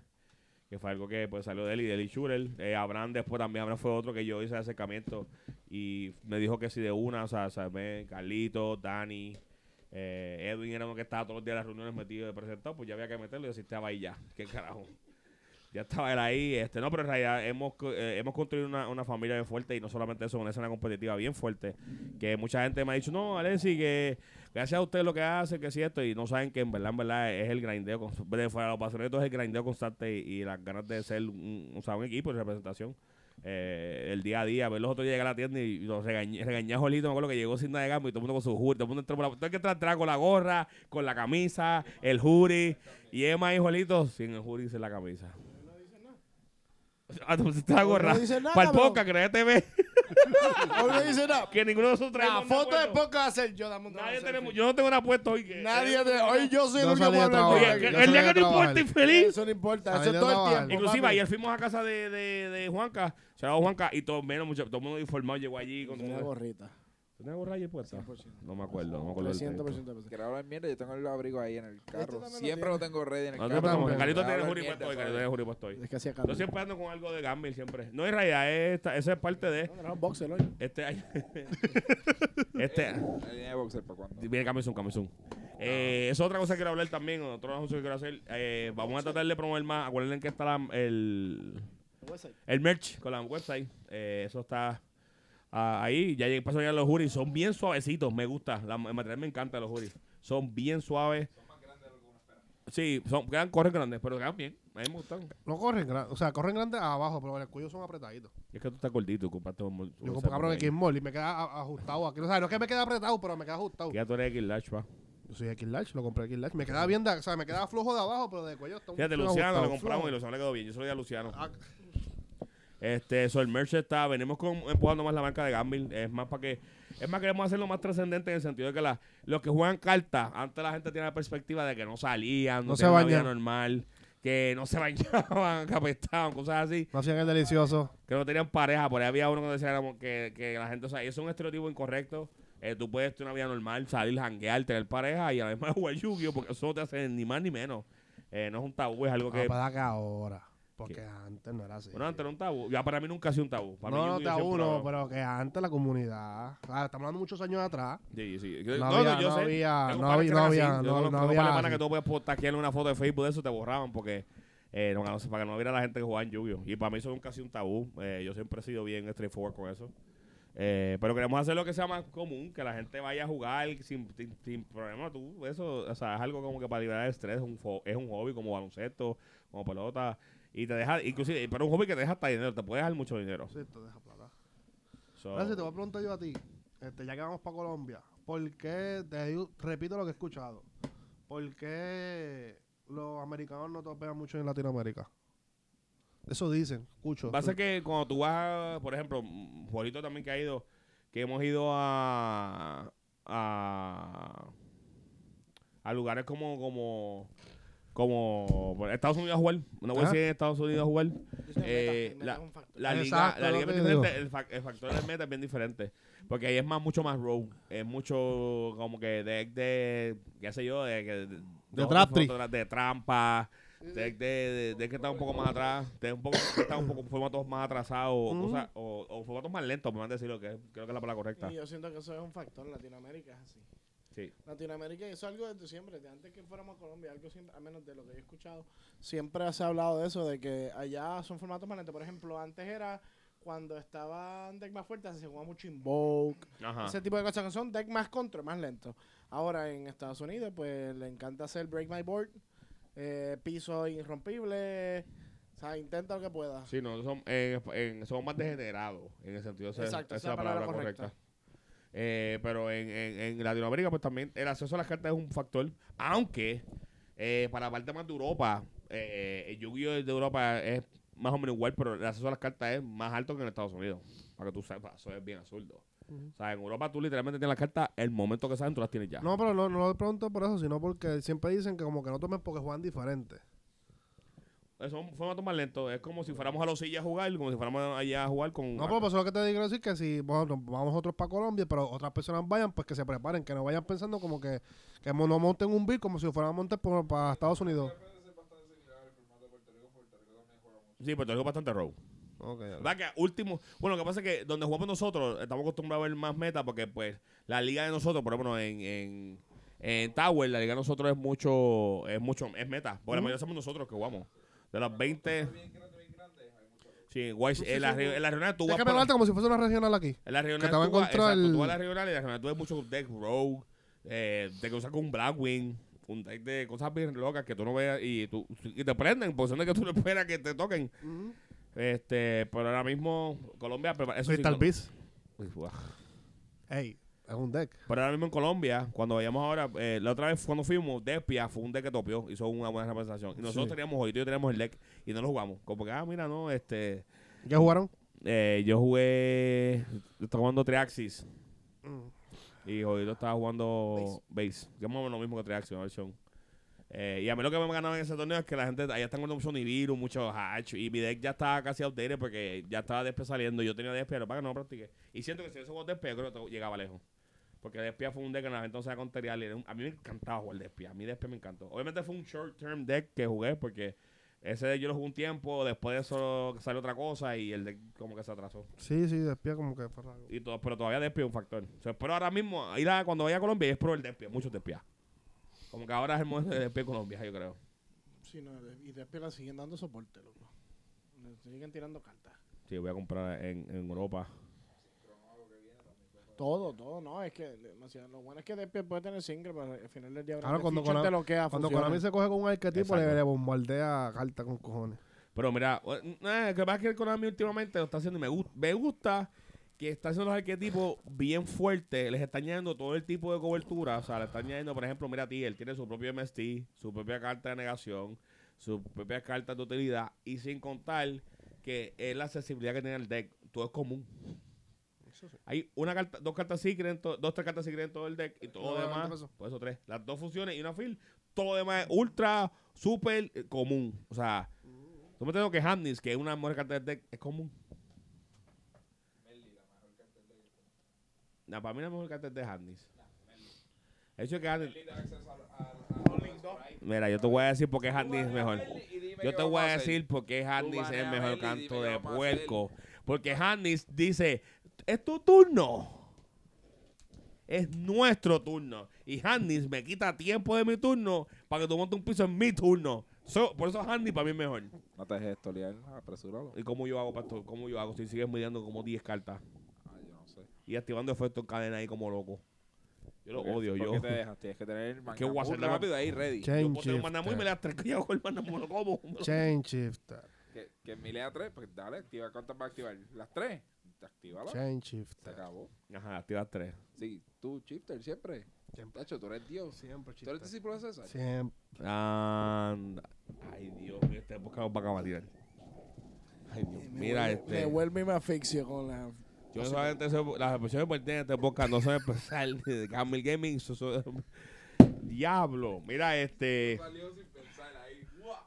Speaker 1: que fue algo que pues salió de él y de Eli Schurer. Eh, Abraham después también, Abraham fue otro que yo hice acercamiento. Y me dijo que sí de una, o sea, o sea, me- Carlito, Dani, eh, Edwin era uno que estaba todos los días en las reuniones metido de presentado, pues ya había que meterlo y así estaba ahí ya. *laughs* ¿Qué carajo? Ya estaba él ahí, este, no, pero en realidad hemos, co- eh, hemos construido una, una familia bien fuerte y no solamente eso, una escena competitiva bien fuerte. Que mucha gente me ha dicho, no, Alexi, que gracias a usted lo que hace, que es cierto, y no saben que en verdad, en verdad es el grindeo, con- de fuera de los pasionetos es el grindeo constante y, y las ganas de ser un, o sea, un equipo de representación. Eh, el día a día, ver los otros llegar a la tienda y los regañé, regañé a Jolito, me acuerdo que llegó sin nada de gambo y todo el mundo con su hoodie, todo el mundo entró por la, todo el que entra atrás con la gorra, con la camisa, el hoodie, y Emma y Jolito sin el hoodie y sin la camisa. Ah, tú pusiste la gorra.
Speaker 4: No dice nada,
Speaker 1: Para el
Speaker 4: bro.
Speaker 1: podcast, créete, ve, *laughs*
Speaker 4: hay. Hoy me dice nada.
Speaker 1: que ninguno de nosotros
Speaker 4: La
Speaker 1: traemos una
Speaker 4: foto de
Speaker 1: puesto.
Speaker 4: poca va a ser yo. dame un
Speaker 1: Nadie
Speaker 4: selfie.
Speaker 1: tenemos, yo no tengo una puesta hoy. Que,
Speaker 4: Nadie te- Hoy yo soy el
Speaker 5: No
Speaker 4: único
Speaker 5: salí
Speaker 4: que
Speaker 5: a
Speaker 4: puedo hablar por
Speaker 5: trabajar.
Speaker 1: Oye,
Speaker 4: aquí.
Speaker 1: que-
Speaker 5: Yo
Speaker 1: el día
Speaker 5: salí a
Speaker 1: que tú
Speaker 5: trabajar.
Speaker 1: importes infeliz.
Speaker 4: Eso no importa,
Speaker 5: Ahí
Speaker 4: eso es
Speaker 5: yo
Speaker 4: todo el
Speaker 5: trabajo.
Speaker 4: tiempo.
Speaker 1: Inclusive
Speaker 4: papi.
Speaker 1: ayer fuimos a casa de, de, de Juanca, Shout out Juanca, y todo menos mucho, todo el mundo informado llegó allí con
Speaker 4: Una
Speaker 1: todo.
Speaker 4: gorrita.
Speaker 1: ¿Tenía gorra ayer puesta?
Speaker 4: 100%.
Speaker 1: No me acuerdo, no me acuerdo. del
Speaker 4: 300%
Speaker 1: texto.
Speaker 4: de peso.
Speaker 3: Quiero hablar mierda, yo tengo el abrigo ahí en el carro.
Speaker 4: también lo
Speaker 3: Siempre Este lo tengo ready en el
Speaker 1: No te
Speaker 3: carro.
Speaker 1: preocupes,
Speaker 5: tampoco.
Speaker 1: Carlito
Speaker 3: Quiero
Speaker 1: tiene
Speaker 3: hablar
Speaker 1: jury
Speaker 3: mierda,
Speaker 1: puesto hoy, Carlito
Speaker 3: sorry.
Speaker 1: tiene jury puesto hoy.
Speaker 4: Es que hacía
Speaker 1: Yo
Speaker 4: calor.
Speaker 1: siempre ando con algo de Gamble, siempre. No, en realidad, esta- esa es parte de
Speaker 4: No, tenemos boxer hoy.
Speaker 1: este año. *laughs* este
Speaker 3: La línea de boxer para cuando.
Speaker 1: Viene Camisón, Camisón. Eh, es otra cosa que quiero hablar también, otro anuncio que quiero hacer. Eh, vamos a tratar de promover más. Acuérdense que está la- el, el merch con la website. Eh, eso está ah, ahí. Ya lleg- pasó ya los juris. Son bien suavecitos. Me gusta. La- el material me encanta de los juris. Son bien suaves. Son más grandes de lo que uno espera. Sí, son, quedan, corren grandes, pero quedan bien. A mí me gustan.
Speaker 5: No corren grandes. O sea, corren grandes abajo, pero el cuello son apretaditos.
Speaker 1: Es que tú estás gordito, compraste un mol-
Speaker 5: Yo
Speaker 1: un
Speaker 5: compro, cabrón,
Speaker 1: saco
Speaker 5: aquí en
Speaker 1: ahí.
Speaker 5: Mall y me queda a- ajustado aquí. O sea, no es que me queda apretado, pero me queda ajustado.
Speaker 1: Ya tú eres X-Large, pa.
Speaker 5: Yo soy x large lo compré x large Me queda bien, de- o sea, me queda flojo de abajo, pero de cuello está un
Speaker 1: Fíjate,
Speaker 5: poquito
Speaker 1: Luciano lo
Speaker 5: ajustado.
Speaker 1: compramos y Luciano le quedó bien. Yo se lo di a Luciano.
Speaker 5: Ah,
Speaker 1: Este, eso, el merch está, venimos con, empujando más la marca de Gambil, es más para que, es más queremos hacerlo más trascendente en el sentido de que la, los que juegan cartas, antes la gente tiene la perspectiva de que no salían, no,
Speaker 5: No se
Speaker 1: tenían una vida
Speaker 5: bañaban.
Speaker 1: normal, que no se *laughs* bañaban, que apestaban, cosas así,
Speaker 5: No hacían el delicioso.
Speaker 1: que no tenían pareja, por ahí había uno que decía como que, que la gente, o sea, y eso es un estereotipo incorrecto, Eh, tú puedes tener una vida normal, salir, janguear, tener pareja y además *laughs* jugar yu porque eso no te hace ni más ni menos, Eh, no es un tabú, es algo
Speaker 5: Ah,
Speaker 1: que...
Speaker 5: para que ahora. Porque antes no era así.
Speaker 1: Bueno, antes era un tabú. Ya para mí nunca ha sido un tabú. Para mí
Speaker 5: no, no,
Speaker 1: Yu-Gi-Oh!
Speaker 5: te
Speaker 1: siempre lo-
Speaker 5: uno, pero que antes la comunidad. Ah, estamos hablando muchos años atrás.
Speaker 1: Sí, sí.
Speaker 5: No había- no había-
Speaker 1: Tengo
Speaker 5: no
Speaker 1: panas
Speaker 5: había-
Speaker 1: que eran
Speaker 5: no
Speaker 1: así.
Speaker 5: había-
Speaker 1: Yo
Speaker 5: no-
Speaker 1: conozco
Speaker 5: no
Speaker 1: un par de
Speaker 5: había-
Speaker 1: panas que tú puedes postearle una foto de Facebook de eso, te borraban porque eh, no, no sé, para que no viera la gente que jugaba en lluvio. Y para mí eso nunca ha sido un tabú. Eh, yo siempre he sido bien straightforward con eso. Eh, pero queremos hacer lo que sea más común, que la gente vaya a jugar sin, sin, sin problema. Tú, eso o sea, es algo como que para liberar el estrés, es un, fo- es un hobby como baloncesto, como pelota. Y te deja, inclusive, pero un hobby que te deja hasta dinero, te puede dejar mucho dinero.
Speaker 5: Sí, te deja plata.
Speaker 1: O So,
Speaker 5: Ahora sí te voy a preguntar yo a ti, este, ya que vamos para Colombia, ¿por qué, te digo- repito lo que he escuchado, ¿por qué los americanos no topean mucho en Latinoamérica? Eso dicen, escucho.
Speaker 1: Pasa que cuando tú vas, por ejemplo, mm, Juanito también que ha ido, que hemos ido a a, a lugares como como como por Estados Unidos a jugar, no voy a
Speaker 5: Ajá.
Speaker 1: decir Estados Unidos a jugar. Eh, la- La liga,
Speaker 5: Exacto,
Speaker 1: la
Speaker 5: lo
Speaker 1: liga
Speaker 5: que
Speaker 1: es bien
Speaker 5: digo.
Speaker 1: diferente, el, fac- el factor del meta es bien diferente. Porque ahí es más, mucho más road. Es mucho como que deck de, qué sé yo, de, que- de, de
Speaker 5: trap tree.
Speaker 1: otras- de trampa, deck de, de- deck que está un poco más atrás, de un poco, que está un poco formatos más atrasados o,
Speaker 5: Mm.
Speaker 1: cosas- o, o formatos más lentos, me van a decir lo que es- creo que es la palabra correcta.
Speaker 4: Y yo siento que eso es un factor. Latinoamérica es así.
Speaker 1: Sí.
Speaker 4: Latinoamérica, y eso es algo desde siempre, de antes que fuéramos a Colombia, algo siempre, a menos de lo que yo he escuchado, siempre se ha hablado de eso, de que allá son formatos permanentes. Por ejemplo, antes era cuando estaban deck más fuertes, se jugaba mucho Invoke,
Speaker 1: Ajá.
Speaker 4: ese tipo de cosas que son deck más contra, más lento. Ahora en Estados Unidos, pues le encanta hacer Break My Board, eh, piso irrompible, o sea, intenta lo que pueda.
Speaker 1: Sí, nosotros somos, en- en- somos más degenerados en el sentido de
Speaker 4: Exacto,
Speaker 1: esa es la palabra, correcta. Eh, pero en, en- en Latinoamérica, pues también el acceso a las cartas es un factor. Aunque, eh, para la parte más de Europa, eh, el Yu-Gi-Oh! de Europa es más o menos igual, pero el acceso a las cartas es más alto que en Estados Unidos. Para que tú sepas, eso es bien absurdo. O sea, en Europa tú literalmente tienes las cartas, el momento que salen tú las tienes ya.
Speaker 5: No, pero no, no lo pregunto por eso, sino porque siempre dicen que como que no tomen porque juegan diferente.
Speaker 1: Eso fue un formato más lento. Es como si fuéramos a los sillas a jugar, como si fuéramos allá a jugar con...
Speaker 5: No, pero pues eso es lo que te digo decir que si por ejemplo, vamos otros para Colombia, pero otras personas vayan, pues que se preparen, que no vayan pensando como que, que mo- no monten un bill como si fueran a montar por- para Estados Unidos.
Speaker 1: Sí, pero tengo bastante row.
Speaker 5: Ok, ok.
Speaker 1: Va que último, bueno, lo que pasa es que donde jugamos nosotros estamos acostumbrados a ver más meta porque pues la liga de nosotros, por ejemplo, en, en, en Tower, la liga de nosotros es mucho, es mucho, es meta, porque la mayoría somos nosotros que jugamos. De las 20... Sí, en Guay- en la, re- en la regional tú
Speaker 5: Es
Speaker 1: vas
Speaker 5: que me
Speaker 1: por-
Speaker 5: hablaste como si fuese una regional aquí.
Speaker 1: en la regional
Speaker 5: te va a
Speaker 1: tú vas-
Speaker 5: encontrar
Speaker 1: exacto,
Speaker 5: el-
Speaker 1: tú vas a la regional y en la regional tú ves muchos deck rogue, eh, de que usas con un Blackwing, un deck de cosas bien locas que tú no veas y, tú, y te prenden por ser de que tú no esperas que te toquen. Este, pero ahora mismo Colombia prepara- eso sí,
Speaker 5: Crystal
Speaker 1: cuando-
Speaker 5: Beast.
Speaker 1: Uy, guau.
Speaker 5: Ey, es un deck.
Speaker 1: Pero ahora mismo en Colombia, cuando vayamos ahora, eh, la otra vez cuando fuimos, Despia fue un deck que topió, hizo una buena representación. Y nosotros
Speaker 5: Sí.
Speaker 1: teníamos hoy, yo teníamos el deck y no lo jugamos. Como que, ah, mira, no, este,
Speaker 5: ¿Ya jugaron?
Speaker 1: eh, yo jugué, estaba jugando Triaxis
Speaker 5: Mm.
Speaker 1: y Jodido estaba jugando Base. Que es más o menos lo mismo que Triaxis, una versión. Eh, y a mí lo que me ganaba en ese torneo es que la gente allá están con mucho Nibiru, mucho Hatch. Y mi deck ya estaba casi outdated porque ya estaba Despia saliendo. Yo tenía Despia, pero para que no lo practiqué. Y siento que si eso jugado Despia, yo creo que to- llegaba lejos. Porque Despia fue un deck que la gente no sabía conterial. A mí me encantaba jugar Despia. A mí Despia me encantó. Obviamente fue un short term deck que jugué porque ese deck yo lo jugué un tiempo. Después de eso salió otra cosa y el deck como que se atrasó.
Speaker 5: Sí, sí, despía como que fue raro.
Speaker 1: Y todo, pero todavía Despia es un factor. O sea, espero ahora mismo, ir a- cuando vaya a Colombia, yo espero el Despia, muchos Despia. Como que ahora es el momento de Despia en Colombia, yo creo.
Speaker 4: Sí, no, y después la siguen dando soporte, loco. Le siguen tirando cartas.
Speaker 1: Sí, voy a comprar en, en Europa.
Speaker 4: Todo, todo, no, es que demasiado. Lo bueno es que Despia puede tener single, pero al final del día
Speaker 5: Claro, cuando
Speaker 4: Fisher
Speaker 5: Konami-
Speaker 4: te lo queda,
Speaker 5: Cuando Konami se coge con un arquetipo,
Speaker 1: Exacto.
Speaker 5: le, le bombardea carta con cojones.
Speaker 1: Pero mira, eh, eh, lo que pasa es que el Konami últimamente lo está haciendo y me, gu- me gusta que está haciendo los arquetipos bien fuertes. Les está añadiendo todo el tipo de cobertura. O sea, le está añadiendo, por ejemplo, mira a ti, él tiene su propio MST, su propia carta de negación, su propia carta de utilidad y sin contar que es la accesibilidad que tiene el deck. Todo es común. Hay una carta, dos cartas secret, en to- dos, tres cartas secret en todo el deck y todo lo
Speaker 5: Ah,
Speaker 1: demás.
Speaker 5: ¿qué pasó?
Speaker 1: Por eso tres. Las dos fusiones y una fill. Todo lo demás es ultra, super eh, común. O sea, tú me tengo que Hamnis, que es una mejor carta del deck, es común. No, para mí la mejor carta es de Hamnis. El hecho es que Hamnis- Mira, yo te voy a decir por qué Hamnis es mejor. Yo te voy a decir por qué Hannis
Speaker 3: vas
Speaker 1: es
Speaker 3: a
Speaker 1: el mejor
Speaker 3: verle y
Speaker 1: canto
Speaker 3: dime
Speaker 1: de
Speaker 3: qué vamos a hacer.
Speaker 1: puerco. Porque Hannis dice, es tu turno. Es nuestro turno. Y Hannis me quita tiempo de mi turno para que tú montes un piso en mi turno. So, por eso Hannis para mí es mejor.
Speaker 3: No te dejes estolear, apresúralo.
Speaker 1: ¿Y cómo yo hago, pastor? ¿Cómo yo hago? Si sigues midiendo como 10 cartas
Speaker 3: Ah, yo no sé.
Speaker 1: y activando efectos en cadena ahí como loco. Yo lo odio,
Speaker 3: ¿Por
Speaker 1: yo. *laughs*
Speaker 3: qué te dejas? Tienes que tener el
Speaker 1: ¿Qué voy a hacer?
Speaker 3: mangamurra rápido ahí ready.
Speaker 1: Yo
Speaker 5: Chain
Speaker 1: pongo el manamú y me
Speaker 5: Shifter.
Speaker 1: las tres que yo hago el manamú, lo como. *laughs*
Speaker 5: Chain Shifter.
Speaker 3: Que, que en mi lea 3, pues dale, activa cuántas va a activar. Las 3. actívala.
Speaker 5: Change shift.
Speaker 3: Se acabó.
Speaker 1: Ajá, activas tres.
Speaker 3: Sí, tú, shifter, siempre.
Speaker 5: Siempre.
Speaker 3: Tacho, tú eres Dios.
Speaker 5: Siempre,
Speaker 3: Tú eres discípulo de César.
Speaker 5: Siempre.
Speaker 1: Anda. Ay, Dios mío, este podcast va a acabar. Ay, Dios. Mira
Speaker 4: Me
Speaker 1: este.
Speaker 4: vuelvo y me asfixio con la.
Speaker 1: Yo solamente soy, las expresiones pertenecen a este podcast no son especial *laughs* de Camel Gaming. eso son- *laughs* Diablo. Mira este.
Speaker 3: Salió sin pensar ahí. ¡Guau!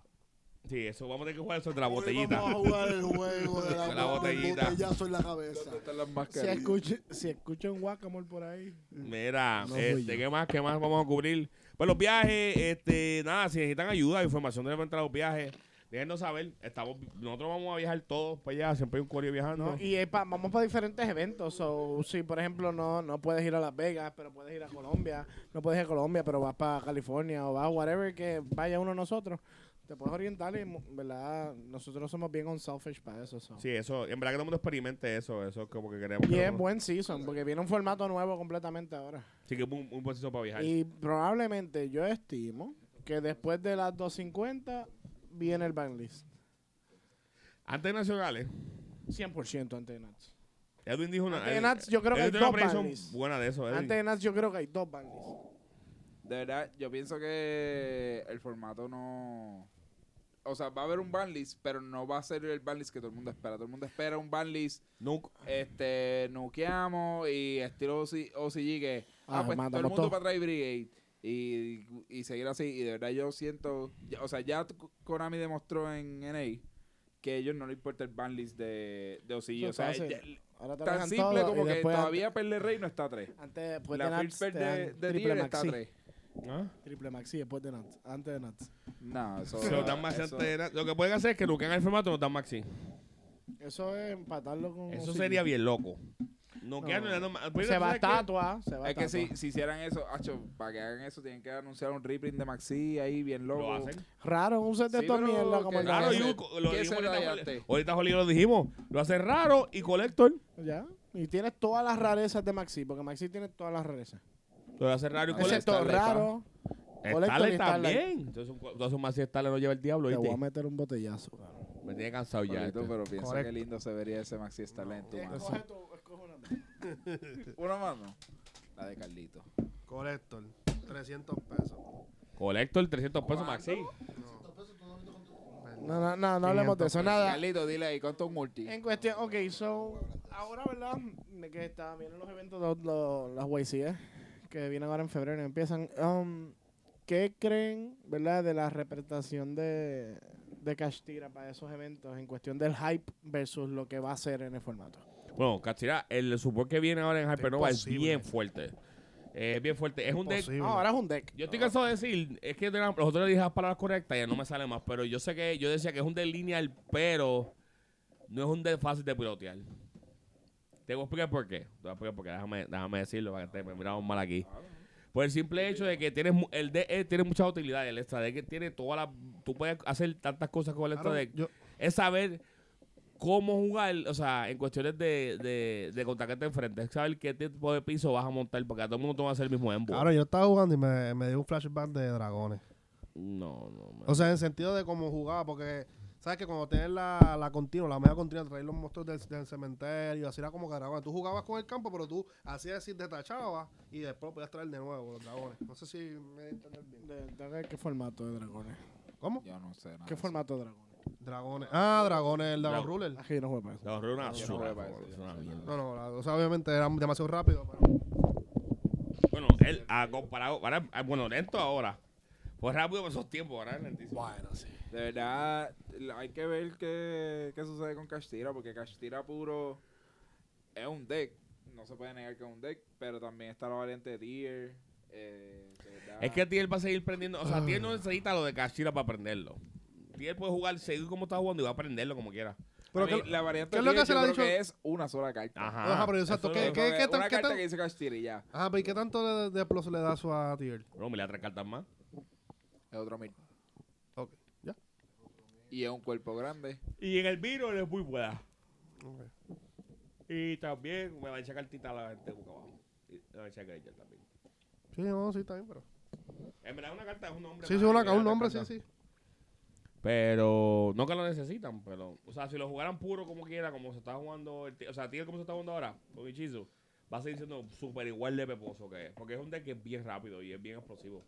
Speaker 1: Sí, eso vamos a tener que jugar eso de la
Speaker 2: Hoy
Speaker 1: botellita.
Speaker 2: Vamos a jugar el juego de
Speaker 1: Con
Speaker 2: la,
Speaker 1: la botellita.
Speaker 2: botellazo en la cabeza.
Speaker 3: ¿Dónde están las
Speaker 4: Si
Speaker 3: mascarillas?
Speaker 4: escucho, si escucho un guacamole por ahí.
Speaker 1: Mira,
Speaker 2: No fui
Speaker 1: este,
Speaker 2: yo.
Speaker 1: ¿qué más? ¿Qué más vamos a cubrir? Pues los viajes, este, nada, si necesitan ayuda, información de frente a los viajes, déjenos saber. Estamos, nosotros vamos a viajar todos para allá, siempre hay un corio viajando.
Speaker 4: No, y es pa- vamos para diferentes eventos. So, si, por ejemplo, no, no puedes ir a Las Vegas, pero puedes ir a Colombia. No puedes ir a Colombia, pero vas para California o vas a whatever que vaya uno de nosotros. Te puedes orientar y, mo- ¿verdad? Nosotros somos bien unselfish para eso. so.
Speaker 1: Sí, eso, en verdad que todo el mundo experimente eso, eso es como que queremos.
Speaker 4: Y
Speaker 1: que
Speaker 4: es
Speaker 1: no-
Speaker 4: buen season, porque viene un formato nuevo completamente ahora.
Speaker 1: Así que es un, un buen sitio para viajar.
Speaker 4: Y probablemente yo estimo que después de las 250 viene el ban list.
Speaker 1: Antes de nacionales,
Speaker 4: 100% antes de Nats.
Speaker 1: Edwin dijo una.
Speaker 4: Antes de
Speaker 1: Edwin-
Speaker 4: Nats yo creo que hay
Speaker 1: Edwin tiene
Speaker 4: dos
Speaker 1: una predicción
Speaker 4: Baileys.
Speaker 1: buena de eso, Edwin.
Speaker 4: Antes de Nats yo creo que hay dos ban lists.
Speaker 3: De verdad, yo pienso que el formato no. O sea, va a haber un banlist, pero no va a ser el banlist que todo el mundo espera. Todo el mundo espera un banlist,
Speaker 1: Nunca-
Speaker 3: este, nuqueamos y estilo OC- OCG que. Ah, pues
Speaker 4: Ah,
Speaker 3: todo el
Speaker 4: matamos
Speaker 3: mundo
Speaker 4: todo.
Speaker 3: para atrás y Brigade. Y, y seguir así. Y de verdad, yo siento. ya- O sea, ya K- Konami demostró en NA que a ellos no les importa el banlist de, de OCG.
Speaker 4: Eso
Speaker 3: O sea,
Speaker 4: es fácil.
Speaker 3: ya-
Speaker 4: Ahora te
Speaker 3: tan
Speaker 4: dejan
Speaker 3: simple
Speaker 4: todo y
Speaker 3: como que
Speaker 4: después
Speaker 3: todavía Perle Rey no está a 3.
Speaker 4: Antes, después de
Speaker 3: La
Speaker 4: Nats,
Speaker 3: Filper
Speaker 4: te
Speaker 3: de,
Speaker 4: dan
Speaker 3: de
Speaker 4: triple
Speaker 3: Tier está a
Speaker 4: maxi.
Speaker 3: 3.
Speaker 1: ¿Ah?
Speaker 4: Triple maxi después de Nats. Antes de Nats.
Speaker 3: No, eso.
Speaker 1: Se lo dan más
Speaker 3: eso-
Speaker 1: antes de Nats. Lo que pueden hacer es que nuquen el formato y nos dan maxi.
Speaker 4: Eso es empatarlo con.
Speaker 1: Eso
Speaker 4: OCG.
Speaker 1: sería bien loco. Nuquearnos y
Speaker 4: Oh, No.
Speaker 1: darnos ma-
Speaker 4: Se
Speaker 1: Pero,
Speaker 4: va
Speaker 1: ¿sabes
Speaker 4: a
Speaker 1: qué?
Speaker 4: tatua. Se va
Speaker 3: Es que si,
Speaker 4: tatua.
Speaker 3: si hicieran eso, acho, para que hagan eso, tienen que anunciar un reprint de Maxi ahí bien loco.
Speaker 1: Lo hacen.
Speaker 4: Raro, un set de
Speaker 3: Sí,
Speaker 4: estos
Speaker 3: pero
Speaker 4: mierda
Speaker 3: que
Speaker 4: como el de
Speaker 1: Pues Raro,
Speaker 3: ¿Qué
Speaker 4: Nats.
Speaker 3: se-
Speaker 1: Yuko, lo
Speaker 3: qué
Speaker 1: dijimos
Speaker 3: se
Speaker 1: ahorita,
Speaker 3: dayaste?
Speaker 1: Joli- ahorita Jolín lo dijimos. Lo hace raro y Collector.
Speaker 4: Ya. Y tienes todas las rarezas de Maxi, porque Maxi tiene todas las rarezas.
Speaker 1: Lo hace raro y
Speaker 3: No sé,
Speaker 1: Collector.
Speaker 4: Excepto
Speaker 3: Starlight, pa.
Speaker 4: raro. Collector y
Speaker 1: Starlight
Speaker 4: Starlight.
Speaker 1: también. Entonces, un, entonces un Maxi Starlight no lleva el diablo.
Speaker 4: Te voy a
Speaker 1: ¿oíste?
Speaker 4: meter un botellazo, cabrón.
Speaker 1: Me tiene cansado ya. este.
Speaker 3: Pablito,
Speaker 1: esto.
Speaker 3: pero piensa
Speaker 5: Correcto.
Speaker 3: qué lindo se vería ese Maxi Starlet en tu mano. Una mano. La de Carlito.
Speaker 5: Collector. 300 pesos.
Speaker 1: Collector, 300 pesos Maxi.
Speaker 4: No, no, no, no hablemos de eso. Nada.
Speaker 3: Carlito, dile ahí, ¿cuánto un multi?
Speaker 4: En cuestión, ok, so, ahora, ¿verdad? De que está, vienen los eventos, los, los- las YCS, que vienen ahora en febrero y empiezan. Um, ¿Qué creen, verdad, de la representación de, de Cash Tira para esos eventos en cuestión del hype versus lo que va a ser en el formato?
Speaker 1: Bueno, Cachira, el support que viene ahora en Hypernova es
Speaker 5: Imposible.
Speaker 1: bien fuerte. Eh, Es bien fuerte. Es un deck
Speaker 5: Imposible.
Speaker 4: Ah, ahora es un deck.
Speaker 1: Yo estoy cansado de decir, es que los otros le dije las palabras correctas y ya no me sale más, pero yo sé que yo decía que es un de lineal, pero no es un de fácil de pilotear. Te voy a explicar por qué. Te voy a explicar por qué. Déjame, déjame decirlo para que te, me miramos mal aquí. Por el simple hecho de que tienes, mu- el DE tiene muchas utilidades. El extra deck tiene todas las. Tú puedes hacer tantas cosas con el extra
Speaker 5: Claro,
Speaker 1: deck.
Speaker 5: yo-
Speaker 1: Es saber cómo jugar, o sea, en cuestiones de, de, de contactarte enfrente. Es saber qué tipo de piso vas a montar, porque a todo el mundo te va a hacer el mismo embo.
Speaker 5: Ahora yo estaba jugando y me, me dio un flashback de dragones.
Speaker 1: No, no, man.
Speaker 5: O sea, en el sentido de cómo jugaba, porque sabes que cuando tienes la, la continua, la media continua, traer los monstruos del, del cementerio, así era como que dragones. Tú jugabas con el campo, pero tú hacías así, detachabas y después lo podías traer de nuevo los dragones. No sé si me entendés bien.
Speaker 4: De- de- ¿Qué formato de dragones?
Speaker 5: ¿Cómo?
Speaker 3: Yo no sé
Speaker 1: Ah,
Speaker 3: nada.
Speaker 4: ¿Qué
Speaker 3: de
Speaker 4: formato de dragones?
Speaker 5: Dragones. Ah, dragones, el Dragon
Speaker 1: Dra-
Speaker 5: Ruler.
Speaker 4: Ah, que yo no juego para eso.
Speaker 1: La horror una
Speaker 3: Yo no
Speaker 1: basura,
Speaker 3: voy para
Speaker 1: cabrón,
Speaker 3: eso.
Speaker 1: es una mierda.
Speaker 5: No, no, la- o sea, obviamente era demasiado rápido, pero
Speaker 1: Bueno, él ha comparado. Ahora, ah, bueno, lento ahora. Fue rápido por esos tiempos, ahora es lentísimo.
Speaker 3: eso. De verdad, la- hay que ver qué, qué sucede con Cashtira, porque Cashtira puro es un deck. No se puede negar que es un deck, pero también está la variante de Tier. eh, de verdad.
Speaker 1: Es que Tiel va a seguir prendiendo. O sea, Tiel no necesita lo de Cachira para aprenderlo. Tiel puede jugar, seguir como está jugando y va a aprenderlo como quiera.
Speaker 5: Pero
Speaker 3: A mí,
Speaker 5: ¿qué-
Speaker 3: la variante
Speaker 5: qué es lo que
Speaker 3: Tier
Speaker 5: se
Speaker 3: yo
Speaker 5: le ha
Speaker 3: creo
Speaker 5: dicho?
Speaker 3: que es una sola carta.
Speaker 1: Ajá.
Speaker 5: Ajá, pero
Speaker 1: Eso
Speaker 5: exacto,
Speaker 1: es
Speaker 5: ¿qué-
Speaker 1: lo-
Speaker 5: qué-
Speaker 3: Una
Speaker 5: tan- qué
Speaker 3: carta
Speaker 5: tan-
Speaker 3: que dice Cashtira y ya.
Speaker 5: Ajá, Ah, pero ¿y qué tanto de, de plus le das a Tier?
Speaker 1: Bueno, me le da tres cartas más.
Speaker 3: Es otro mil.
Speaker 5: Ok, ya.
Speaker 3: Y es un cuerpo grande.
Speaker 1: Y en el vino es muy buena.
Speaker 5: Ok.
Speaker 1: Y también me va a echar cartita a la gente boca abajo. Y me va a echar Granger también.
Speaker 5: Sí, no, sí, también, pero.
Speaker 1: En verdad, una carta es un nombre.
Speaker 5: Sí,
Speaker 1: más
Speaker 5: sí,
Speaker 1: y
Speaker 5: una,
Speaker 1: le da
Speaker 5: un
Speaker 1: tres
Speaker 5: nombre, sí,
Speaker 1: cartas.
Speaker 5: sí.
Speaker 1: Pero no que lo necesitan, pero. O sea, si lo jugaran puro como quiera, como se está jugando. el ti- o sea, Tier como se está jugando ahora, con Ichizo, va a seguir siendo súper igual de peposo que es. Porque es un deck que es bien rápido y es bien explosivo.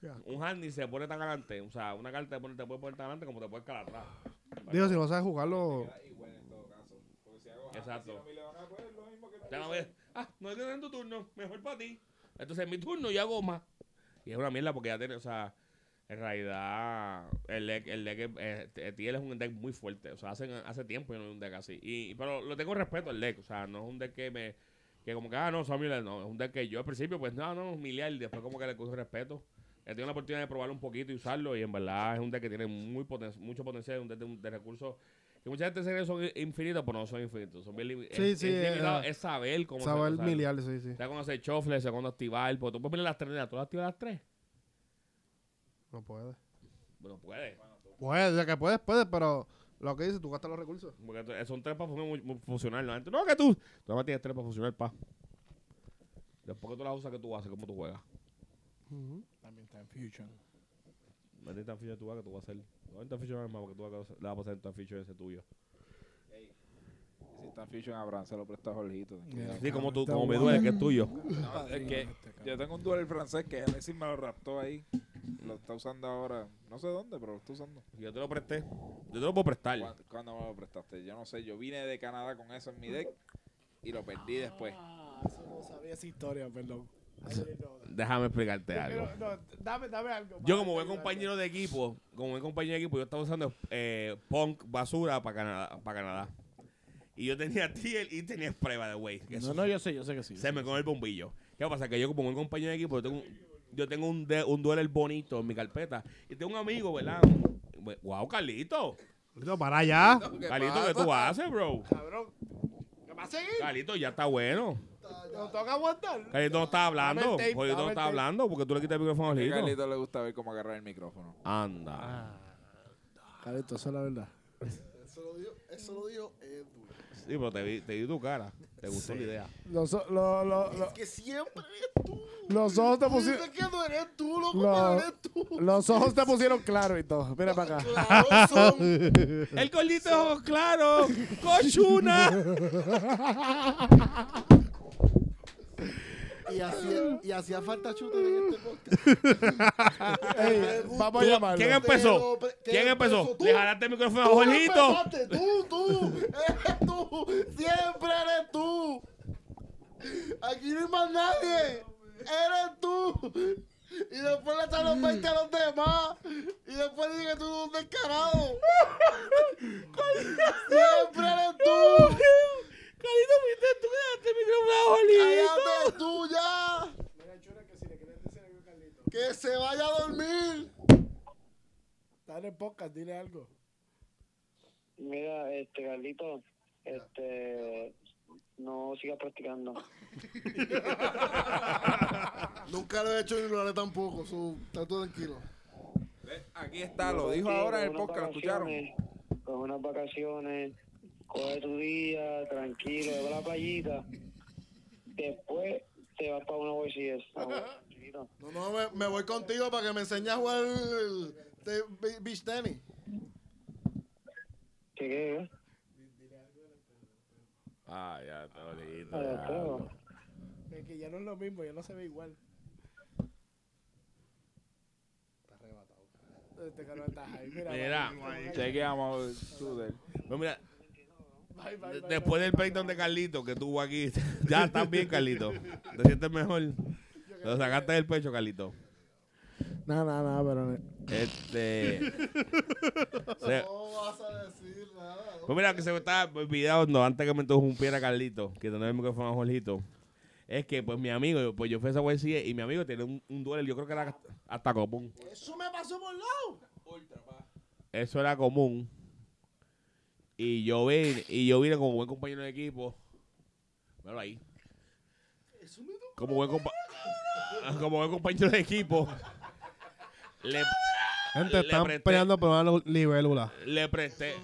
Speaker 5: Qué asco.
Speaker 1: Un handy se pone tan adelante. O sea, una carta te, pone, te puede poner tan adelante como te puede calar atrás.
Speaker 5: Digo, si no sabes jugarlo.
Speaker 3: Igual en todo caso. Porque si hago
Speaker 1: Exacto.
Speaker 3: Hansi, no me le van a poner lo mismo que
Speaker 1: Ya no ves. Ah, no es en tu turno, mejor para ti. Entonces en mi turno yo hago más. Y es una mierda porque ya tiene, o sea, en realidad el deck, el deck es- eh, eh, Tiel es un deck muy fuerte. O sea, hace, hace tiempo yo no veo un deck así. Y, pero lo tengo respeto al deck. O sea, no es un deck que me. Que como que, ah, no, Samuel, no. Es un deck que yo al principio, pues, no, no, miliar. Y después como que le cojo respeto. He tenido la oportunidad de probarlo un poquito y usarlo. Y en verdad es un deck que tiene muy poten- mucho potencial. Un deck de, de recursos. Que mucha gente se cree que son infinitos, pero no son infinitos. Son bien lim-
Speaker 5: Sí,
Speaker 1: es-
Speaker 5: sí,
Speaker 1: es, limitado.
Speaker 5: eh,
Speaker 1: es saber cómo
Speaker 5: Saber
Speaker 1: usarlo.
Speaker 5: miliar, sí, sí.
Speaker 1: O sea, cuando hacer chofle, se cuando activar. Porque tú puedes mirar las tres, ¿tú las activas las tres?
Speaker 5: No puedes.
Speaker 1: Bueno, puedes.
Speaker 5: Puedes, ya que puedes, puedes, pero lo que dices, tú gastas los recursos.
Speaker 1: Porque tú- son tres para fun- mu- funcionar. No, Gente, no que tú. Tú nada más tienes tres para funcionar, pa. Después que tú las usas, que tú haces? ¿Cómo tú juegas?
Speaker 4: También está en Fusion.
Speaker 1: Mete tan ficha tú vas que tú vas a hacer. No hay tan ficha más porque tú vas a, hacer- le vas a pasar tan ficha ese tuyo.
Speaker 3: Si está Fusion Abraham, se lo presta a Jorgito.
Speaker 1: Sí, como tú,
Speaker 4: Está
Speaker 1: como me
Speaker 4: guapo.
Speaker 1: duele que es tuyo.
Speaker 3: No, es que
Speaker 5: este
Speaker 3: yo tengo un duel francés que Alexis me lo raptó ahí. Lo está usando ahora. No sé dónde, pero lo está usando.
Speaker 1: Yo te lo presté. Yo te lo puedo prestar.
Speaker 3: ¿Cuándo, cuándo me lo prestaste? Yo no sé. Yo vine de Canadá con eso en mi deck y lo perdí después.
Speaker 4: Ah, eso no sabía esa historia, perdón. Ay, no, no.
Speaker 1: Déjame explicarte algo.
Speaker 4: Pero, no, dame, dame algo.
Speaker 1: Yo
Speaker 4: para
Speaker 1: como buen
Speaker 4: ayudarme.
Speaker 1: compañero de equipo, como buen compañero de equipo, yo estaba usando eh, Punk basura para Canadá, para Canadá. Y yo tenía *laughs* Tiel y tenía prueba de wey. que eso
Speaker 4: No, no, yo sé, yo sé que sí.
Speaker 1: Se me con el bombillo. ¿Qué pasa? Que yo como buen compañero de equipo, yo tengo, un- yo tengo un, de- un duelo bonito en mi carpeta. Y tengo un amigo, ¿verdad? Wow, Carlito.
Speaker 5: Carlito, para allá.
Speaker 3: ¿Qué
Speaker 1: Carlito, ¿qué
Speaker 3: pasa?
Speaker 1: tú haces, bro?
Speaker 4: Cabrón, ¿qué va a seguir?
Speaker 1: Carlito, ya está bueno.
Speaker 4: Nos toca aguantar.
Speaker 1: Carlito no está
Speaker 4: Dame
Speaker 1: hablando.
Speaker 4: el tape,
Speaker 1: Carlito no
Speaker 4: dame el
Speaker 1: está
Speaker 4: tape.
Speaker 1: hablando porque tú le quitas el micrófono a
Speaker 3: A
Speaker 1: Carlito.
Speaker 3: Carlito le gusta ver cómo agarrar el micrófono.
Speaker 1: Anda.
Speaker 4: Ah. Carlito, eso es la verdad.
Speaker 2: Eso lo dijo, eso lo dijo Edwin.
Speaker 1: Sí, pero te vi, te vi tu cara. Te gustó la idea.
Speaker 4: Los, o- lo- lo-
Speaker 2: Es
Speaker 4: lo-
Speaker 2: que siempre eres tú.
Speaker 4: los ojos te
Speaker 2: Tú dices
Speaker 4: pusieron.
Speaker 2: que no eres tú, loco,
Speaker 4: Pues No.
Speaker 2: pero eres tú.
Speaker 4: Los ojos te pusieron claro y todo. Mira para acá.
Speaker 2: Claro,
Speaker 4: *laughs*
Speaker 2: son.
Speaker 1: El gordito de ojos claros, cochuna.
Speaker 2: Y hacía, y hacía falta shooter en este podcast.
Speaker 4: *laughs* Ey, vamos a
Speaker 1: Tú-
Speaker 4: llamarlo.
Speaker 1: ¿Quién empezó? ¿Quién empezó?
Speaker 2: Tú.
Speaker 1: Le jalaste el micrófono a
Speaker 2: Tú
Speaker 1: Jorgito.
Speaker 2: empezaste, Tú, tú, eres tú, siempre eres tú. Aquí no hay más nadie. Eres tú. Y después le echan
Speaker 4: Mm.
Speaker 2: los 20 a los demás. Y después dicen que tú eres un
Speaker 4: *laughs*
Speaker 2: descarado. siempre eres tú.
Speaker 1: Carlito, fuiste tú que dejaste el micrófono a
Speaker 2: Cállate tú ya. Que se vaya a dormir.
Speaker 4: Está en el podcast, dile algo.
Speaker 6: Mira, este, Carlito, este, no sigas practicando.
Speaker 2: Nunca lo he hecho ni lo haré tampoco. so, está todo tranquilo.
Speaker 3: Ve, Aquí está, Ah, lo dijo ahora en el
Speaker 6: Con unas
Speaker 3: podcast, ¿lo escucharon?
Speaker 6: vacaciones, Con unas vacaciones, coge tu día, tranquilo, ve a la playita. Después te vas para una
Speaker 3: *laughs*
Speaker 6: bolsilla.
Speaker 2: No, no, me, me voy contigo para que me enseñes a jugar te- be- beach tennis.
Speaker 6: ¿Qué qué?
Speaker 1: Ah, ya, está Jorgito.
Speaker 6: Para
Speaker 1: ya.
Speaker 6: todo.
Speaker 4: Es que ya no es lo mismo, ya no se ve igual. Está arrebatado. Este cabrón está high. Mira,
Speaker 1: Mira,
Speaker 3: Chequeamos Shooter.
Speaker 1: pues mira,
Speaker 4: bye, bye,
Speaker 1: de-
Speaker 4: bye,
Speaker 1: después del breakdown de Carlito que tuvo aquí, *laughs* ya estás bien, Carlito. ¿Te sientes mejor? Lo sacaste del pecho, Carlito.
Speaker 4: No, no, no,
Speaker 1: *laughs*
Speaker 4: pero.
Speaker 1: Este. se-
Speaker 2: No vas a decir nada.
Speaker 1: Pues mira, que se me estaba olvidando antes que me interrumpiera Carlito, que tenía el micrófono a Jorgito. Es que, pues, mi amigo, pues yo fui a esa WCE y mi amigo tenía un, un duelo, yo creo que era hasta común.
Speaker 2: Eso me pasó por lado.
Speaker 1: Eso era común. Y yo vine, y yo vine como buen compañero de equipo. Míralo ahí. Como buen, compa- *laughs* como buen compañero de equipo. Le,
Speaker 5: Gente,
Speaker 1: Le
Speaker 5: están
Speaker 1: presté-
Speaker 5: peleando por una libélula.
Speaker 1: le presté.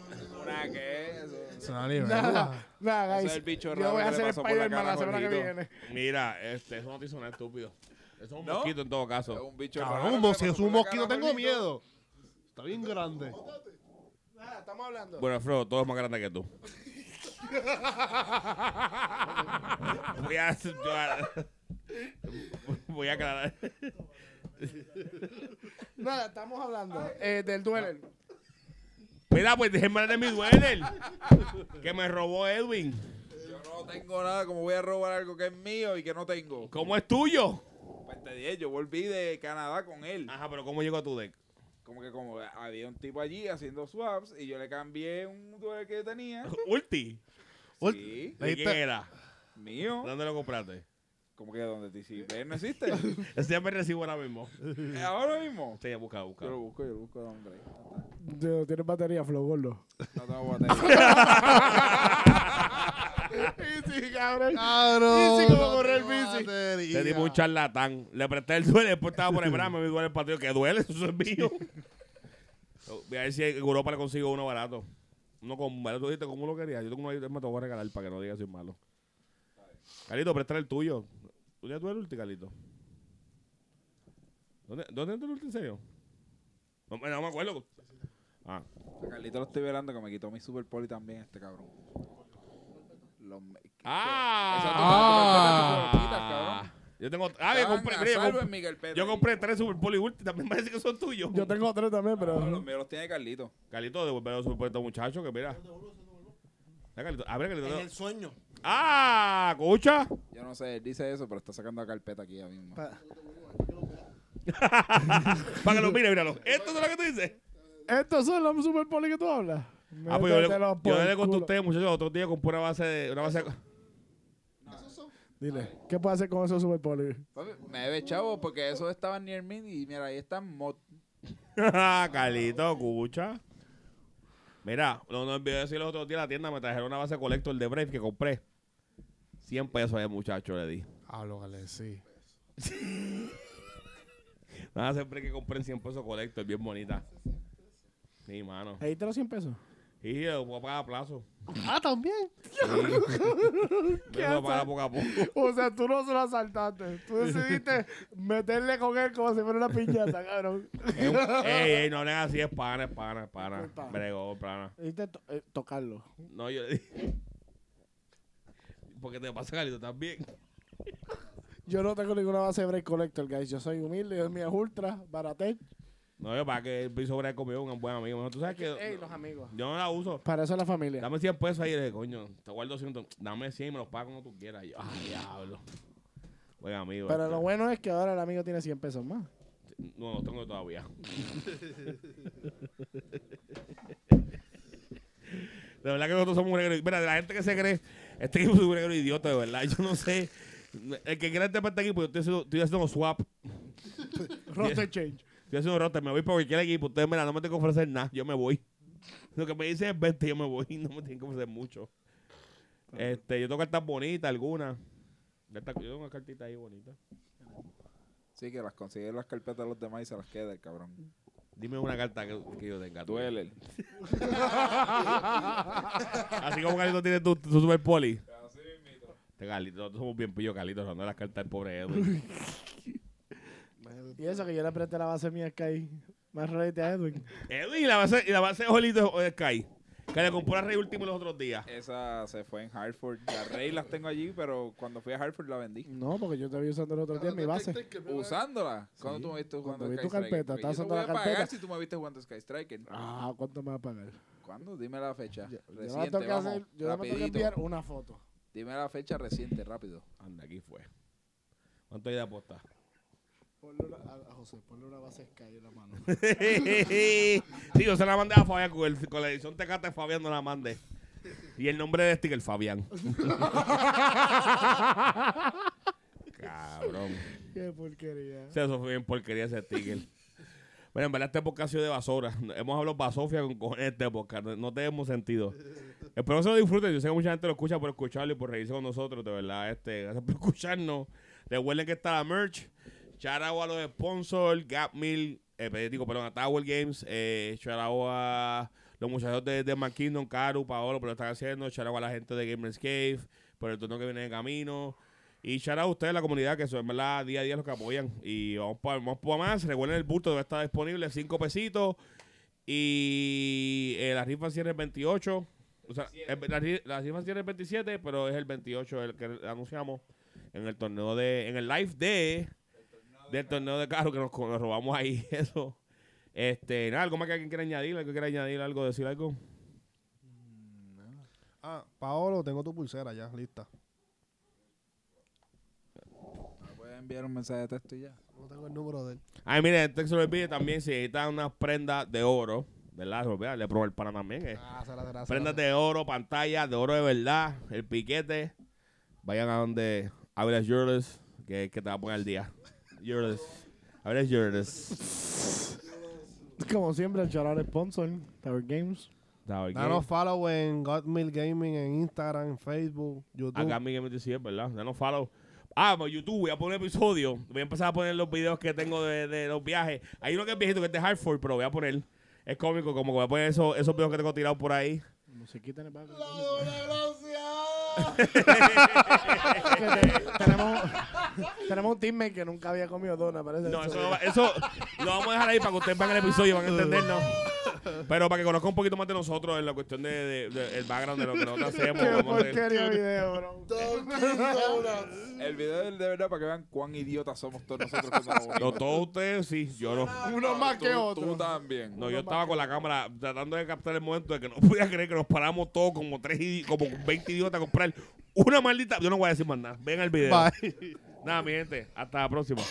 Speaker 3: ¿Una qué? Eso.
Speaker 5: Es una libélula.
Speaker 4: *laughs* Nada,
Speaker 3: Ese
Speaker 4: guys.
Speaker 3: es el bicho
Speaker 4: yo
Speaker 3: raro
Speaker 4: voy
Speaker 3: que le
Speaker 4: a hacer
Speaker 3: pasó por la
Speaker 4: Spider-Man
Speaker 3: cara
Speaker 4: la
Speaker 3: a
Speaker 4: semana que
Speaker 3: Jorgito.
Speaker 4: viene.
Speaker 1: Mira, este, eso no te suena estúpido. Eso es un
Speaker 3: ¿No?
Speaker 1: mosquito en todo
Speaker 3: Es
Speaker 1: caso.
Speaker 3: un bicho.
Speaker 5: Cabrón,
Speaker 3: raro que
Speaker 5: si
Speaker 3: le
Speaker 5: es
Speaker 3: pasó
Speaker 5: un
Speaker 3: por la cara
Speaker 5: mosquito,
Speaker 3: a
Speaker 5: tengo
Speaker 3: Jorgito.
Speaker 5: miedo. Está bien grande.
Speaker 4: Nada, estamos hablando.
Speaker 1: Bueno, Alfredo, todo es más grande que tú. voy a. yo a- voy a aclarar.
Speaker 4: Nada, estamos hablando eh, del dueler.
Speaker 1: Mira, pues déjenme hablar de mi dueler. Que me robó Edwin.
Speaker 3: Yo no tengo nada, como voy a robar algo que es mío y que no tengo.
Speaker 1: ¿Cómo es tuyo?
Speaker 3: Pues te dije, yo volví de Canadá con él.
Speaker 1: Ajá, pero ¿cómo llegó a tu deck?
Speaker 3: Como que como había un tipo allí haciendo swaps y yo le cambié un duelo
Speaker 1: *laughs*
Speaker 3: que tenía.
Speaker 1: Ulti.
Speaker 5: Ul-
Speaker 3: Sí,
Speaker 1: ¿De quién
Speaker 5: Leíste-
Speaker 1: era?
Speaker 3: mío.
Speaker 1: ¿Dónde lo compraste?
Speaker 3: Como que donde te hiciste, no existe.
Speaker 1: *laughs* Ese ya me recibo ahora mismo.
Speaker 3: Ahora mismo.
Speaker 1: Sí, busca, busca.
Speaker 3: Yo lo busco, yo lo busco, hombre.
Speaker 4: Tienes batería, Flow Gordo.
Speaker 3: No tengo
Speaker 1: *laughs*
Speaker 3: batería.
Speaker 4: sí, cabrón.
Speaker 5: Cabrón.
Speaker 4: Bici como
Speaker 5: no
Speaker 4: correr
Speaker 5: tengo
Speaker 4: bici.
Speaker 5: batería.
Speaker 1: Le di un charlatán. Le presté el duele, después estaba por el brama, me duele el patio. Que duele, *laughs* eso es mío. Voy a ver si en Europa le consigo uno barato. Uno con barato, dijiste, ¿cómo lo querías? Yo tengo uno ahí, me te voy a regalar para que no digas soy malo. Carlito, préstale el tuyo. ¿Tú ya tuve el ulti, Carlito? ¿Dónde, ¿Dónde entró el ulti en serio? No, me- no me acuerdo. Ah,
Speaker 3: A Carlito lo estoy velando que me quitó mi Super Poli también este cabrón. Los me-
Speaker 1: Ah.
Speaker 3: Eso tú- tú- tú- tú- tú- tú- tú- tú- tú- quitas, cabrón.
Speaker 1: yo tengo. Ah, yo
Speaker 3: Estaban
Speaker 1: compré.
Speaker 3: a
Speaker 1: mira, yo
Speaker 3: salvo
Speaker 1: comp-
Speaker 3: en Miguel Pedro.
Speaker 1: yo compré tres Super Poli Ulti. También parece que son tuyos.
Speaker 4: Yo tengo otro también, pero.
Speaker 3: No, los míos los tiene Carlito.
Speaker 1: Carlito, devolver los supuestos muchachos, que mira. Ya, Carlito, a ver,
Speaker 2: En el
Speaker 1: Carlito.
Speaker 2: sueño.
Speaker 1: ¡Ah! ¿Escucha?
Speaker 3: Yo no sé, él dice eso, pero está sacando la carpeta aquí ya mismo.
Speaker 1: Para que lo mire, míralo. ¿Esto es lo que tú dices?
Speaker 4: ¿Estos son los super poli que tú hablas?
Speaker 1: Ah, pues yo le,
Speaker 4: Métetelos por
Speaker 1: yo le
Speaker 4: el
Speaker 1: conté a
Speaker 4: culo.
Speaker 1: ustedes, muchachos, otro día compré una base de. Una *laughs* base de-
Speaker 4: Dile, ¿qué puedo hacer con esos super poli?
Speaker 3: Papi, Me ve chavo porque esos estaban near me y mira, ahí están mod.
Speaker 1: Ah, Carlito, escucha. Mira, no nos olvidé decir los otros días en la tienda, me trajeron una base Collector de Brave que compré. 100 pesos a ese muchacho le di.
Speaker 4: Hablo, Gale, Ah, sí.
Speaker 1: Nada, siempre que compré en 100 pesos Collector, bien bonita. Sí, mano.
Speaker 4: Ahí te los 100 pesos.
Speaker 1: Y yo voy a pagar a plazo.
Speaker 4: Ah, también.
Speaker 1: Yo voy a pagar poco a poco.
Speaker 4: O sea, tú no se lo asaltaste. Tú decidiste meterle con él como si fuera una piñata, cabrón.
Speaker 1: Es *laughs* un- ey, ey, no hablen así, es pana, es pana, es pana.
Speaker 4: Disculpa.
Speaker 1: Bregó, pana.
Speaker 4: Decidiste to- eh, tocarlo.
Speaker 1: No, yo le dije. Porque te pasa, Carlito, también.
Speaker 4: Yo no tengo ninguna base de break collector, guys. Yo soy humilde, yo mío es ultra, barate.
Speaker 1: No, yo para que el piso brega conmigo, un buen amigo. Tú sabes que.
Speaker 4: amigos.
Speaker 1: Yo no la uso.
Speaker 4: Para eso es la familia.
Speaker 1: Dame 100 pesos ahí, le dije, coño, te guardo 200. Dame 100 y me los pagas cuando tú quieras. Y Yo, ah, diablo. Buen amigo.
Speaker 4: Pero
Speaker 1: este.
Speaker 4: lo bueno es que ahora el amigo tiene 100 pesos más.
Speaker 1: No, no tengo todavía. De verdad que nosotros somos un reguero. Mira, de la gente que se cree, este equipo es un reguero idiota, de verdad. Yo no sé. El que quiera entrar para este equipo, yo estoy haciendo, estoy haciendo swap.
Speaker 4: Roster change.
Speaker 1: Estoy haciendo roster. Me voy para cualquier equipo. Ustedes, mira, no me tienen que ofrecer nada. Yo me voy. Lo que me dicen es vente, yo me voy. *laughs* No me tienen que ofrecer mucho. Este, yo tengo cartas bonitas, algunas. Cartas- Yo tengo una cartita ahí bonita.
Speaker 3: Sí, que las consigue en las carpetas de los demás y se las queda el cabrón.
Speaker 1: Dime una carta que, que yo tenga.
Speaker 3: Duele.
Speaker 1: Así como Carlito tiene tu, tu super poli. Este Carlito, nosotros somos bien pillos, Carlito, dando las cartas del pobre Edwin.
Speaker 4: Y eso que yo le presté la base mía a Sky. Más rarete a Edwin.
Speaker 1: Edwin, y la base, y la base de Jolito es Sky. Que le compró a Rey último los otros días.
Speaker 3: Esa se fue en Hartford. Las Rey las tengo allí, pero cuando fui a Hartford la vendí.
Speaker 4: No, porque yo te vi usando el otro día en mi base.
Speaker 3: Usándola. Cuando
Speaker 4: Sí,
Speaker 3: tú me viste jugando
Speaker 4: cuando vi tu
Speaker 3: Sky Striker?
Speaker 4: carpeta,
Speaker 3: Porque
Speaker 4: estás
Speaker 3: yo te
Speaker 4: usando
Speaker 3: voy
Speaker 4: la
Speaker 3: a pagar
Speaker 4: carpeta.
Speaker 3: si tú me viste jugando Sky Striker.
Speaker 4: Ah, ¿cuánto me va a pagar?
Speaker 3: ¿Cuándo? Dime la fecha.
Speaker 4: Yo, yo nada más
Speaker 3: Reciente,
Speaker 4: tengo que
Speaker 3: vamos,
Speaker 4: hacer- yo nada más tengo que
Speaker 3: rapidito.
Speaker 4: enviar una foto.
Speaker 3: Dime la fecha reciente, rápido.
Speaker 1: Anda, aquí fue. ¿Cuánto hay de aposta?
Speaker 4: Ponle una, a a José, ponle una base Sky en la mano.
Speaker 1: sí, yo se la mandé a Fabián con, el- con la edición Tecate, Fabián no la mandé. Y el nombre de sticker, Fabián. Cabrón.
Speaker 4: Qué porquería.
Speaker 1: Sí, eso fue bien porquería ese sticker. Bueno, en verdad este podcast ha sido de basura. Hemos hablado basofia con, con este podcast. No, no tenemos sentido. Espero que se lo disfruten. Yo sé que mucha gente lo escucha por escucharlo y por reírse con nosotros. De verdad, este, gracias por *laughs* escucharnos. Recuerden que está la merch. Charagua a los sponsors. Gap Mill. Eh, pe- digo, perdón, a Tower Games. Eh, Charagua a los muchachos de, de McKinnon, Caru, Paolo, pero lo están haciendo. Charagua a la gente de Gamers Cave. Por el turno que viene en camino. Y shout out a ustedes, la comunidad, que son en verdad día a día los que apoyan. Y vamos para vamos pa más. Recuerden el bulto debe estar disponible, 5 pesitos. Y eh, la rifa cierra el 28. O sea, el- la, ri- la rifa cierra el 27, pero es el 28 el que anunciamos en el torneo de. En el live de. Del torneo de carro que nos, nos robamos ahí. *laughs* Eso. Este, nada, algo más que alguien quiera añadir, alguien quiera añadir algo, decir algo.
Speaker 5: Ah, Paolo, tengo tu pulsera ya, lista.
Speaker 3: Me puedes enviar un mensaje de texto y ya.
Speaker 5: No tengo el número de él.
Speaker 1: Ay, mire, el texto lo olvide también si necesitan unas prendas de oro, ¿verdad? Vea, Le probó el pana también. eh.
Speaker 5: Ah, será, será, será,
Speaker 1: Prendas
Speaker 5: será.
Speaker 1: de oro, pantalla, de oro de verdad, el piquete. Vayan a donde Aviles Jewelers, que, que te va a poner al día. Jewelers. Aviles Jewelers.
Speaker 4: Como siempre, el charal sponsor, Tower Games.
Speaker 1: Tower Game.
Speaker 5: Danos follow en Godmill Gaming en Instagram, en Facebook, YouTube.
Speaker 1: Acá Miguel 27, ¿verdad? Danos follow. Ah, por YouTube, voy a poner episodio. Voy a empezar a poner los videos que tengo de, de los viajes. Hay uno que es viejito, que es de Hartford, pero voy a poner. Es cómico, como que voy a poner esos, esos videos que tengo tirados por ahí.
Speaker 4: Musiquita en el
Speaker 2: La
Speaker 4: background.
Speaker 2: doble gracia. *laughs*
Speaker 4: Te- tenemos, tenemos un teammate que nunca había comido dona, parece.
Speaker 1: No, eso, no va- eso lo vamos a dejar ahí para que ustedes vean el episodio y van a entendernos. Pero para que conozcan un poquito más de nosotros en la cuestión del de, de- el background de lo que
Speaker 4: *laughs*
Speaker 1: nosotros hacemos.
Speaker 4: Qué
Speaker 1: vamos a hacer.
Speaker 4: porquería de video, bro.
Speaker 2: Dunkin' Donuts.
Speaker 3: El video es de verdad para que vean cuán idiotas somos todos nosotros cuando
Speaker 4: *laughs*
Speaker 3: nos
Speaker 1: No,
Speaker 3: unimos.
Speaker 1: todos ustedes sí, yo no.
Speaker 4: Uno más que
Speaker 3: Tú- Tú
Speaker 4: otro.
Speaker 3: también.
Speaker 1: No, yo estaba con la cámara tratando de captar el momento de que no *laughs* podía creer que nos paramos todos como tres idi- como 20 idiotas a comprar una maldita. Yo no voy a decir más nada. Ven al video.
Speaker 5: Bye.
Speaker 1: Nada, mi gente. Hasta la próxima.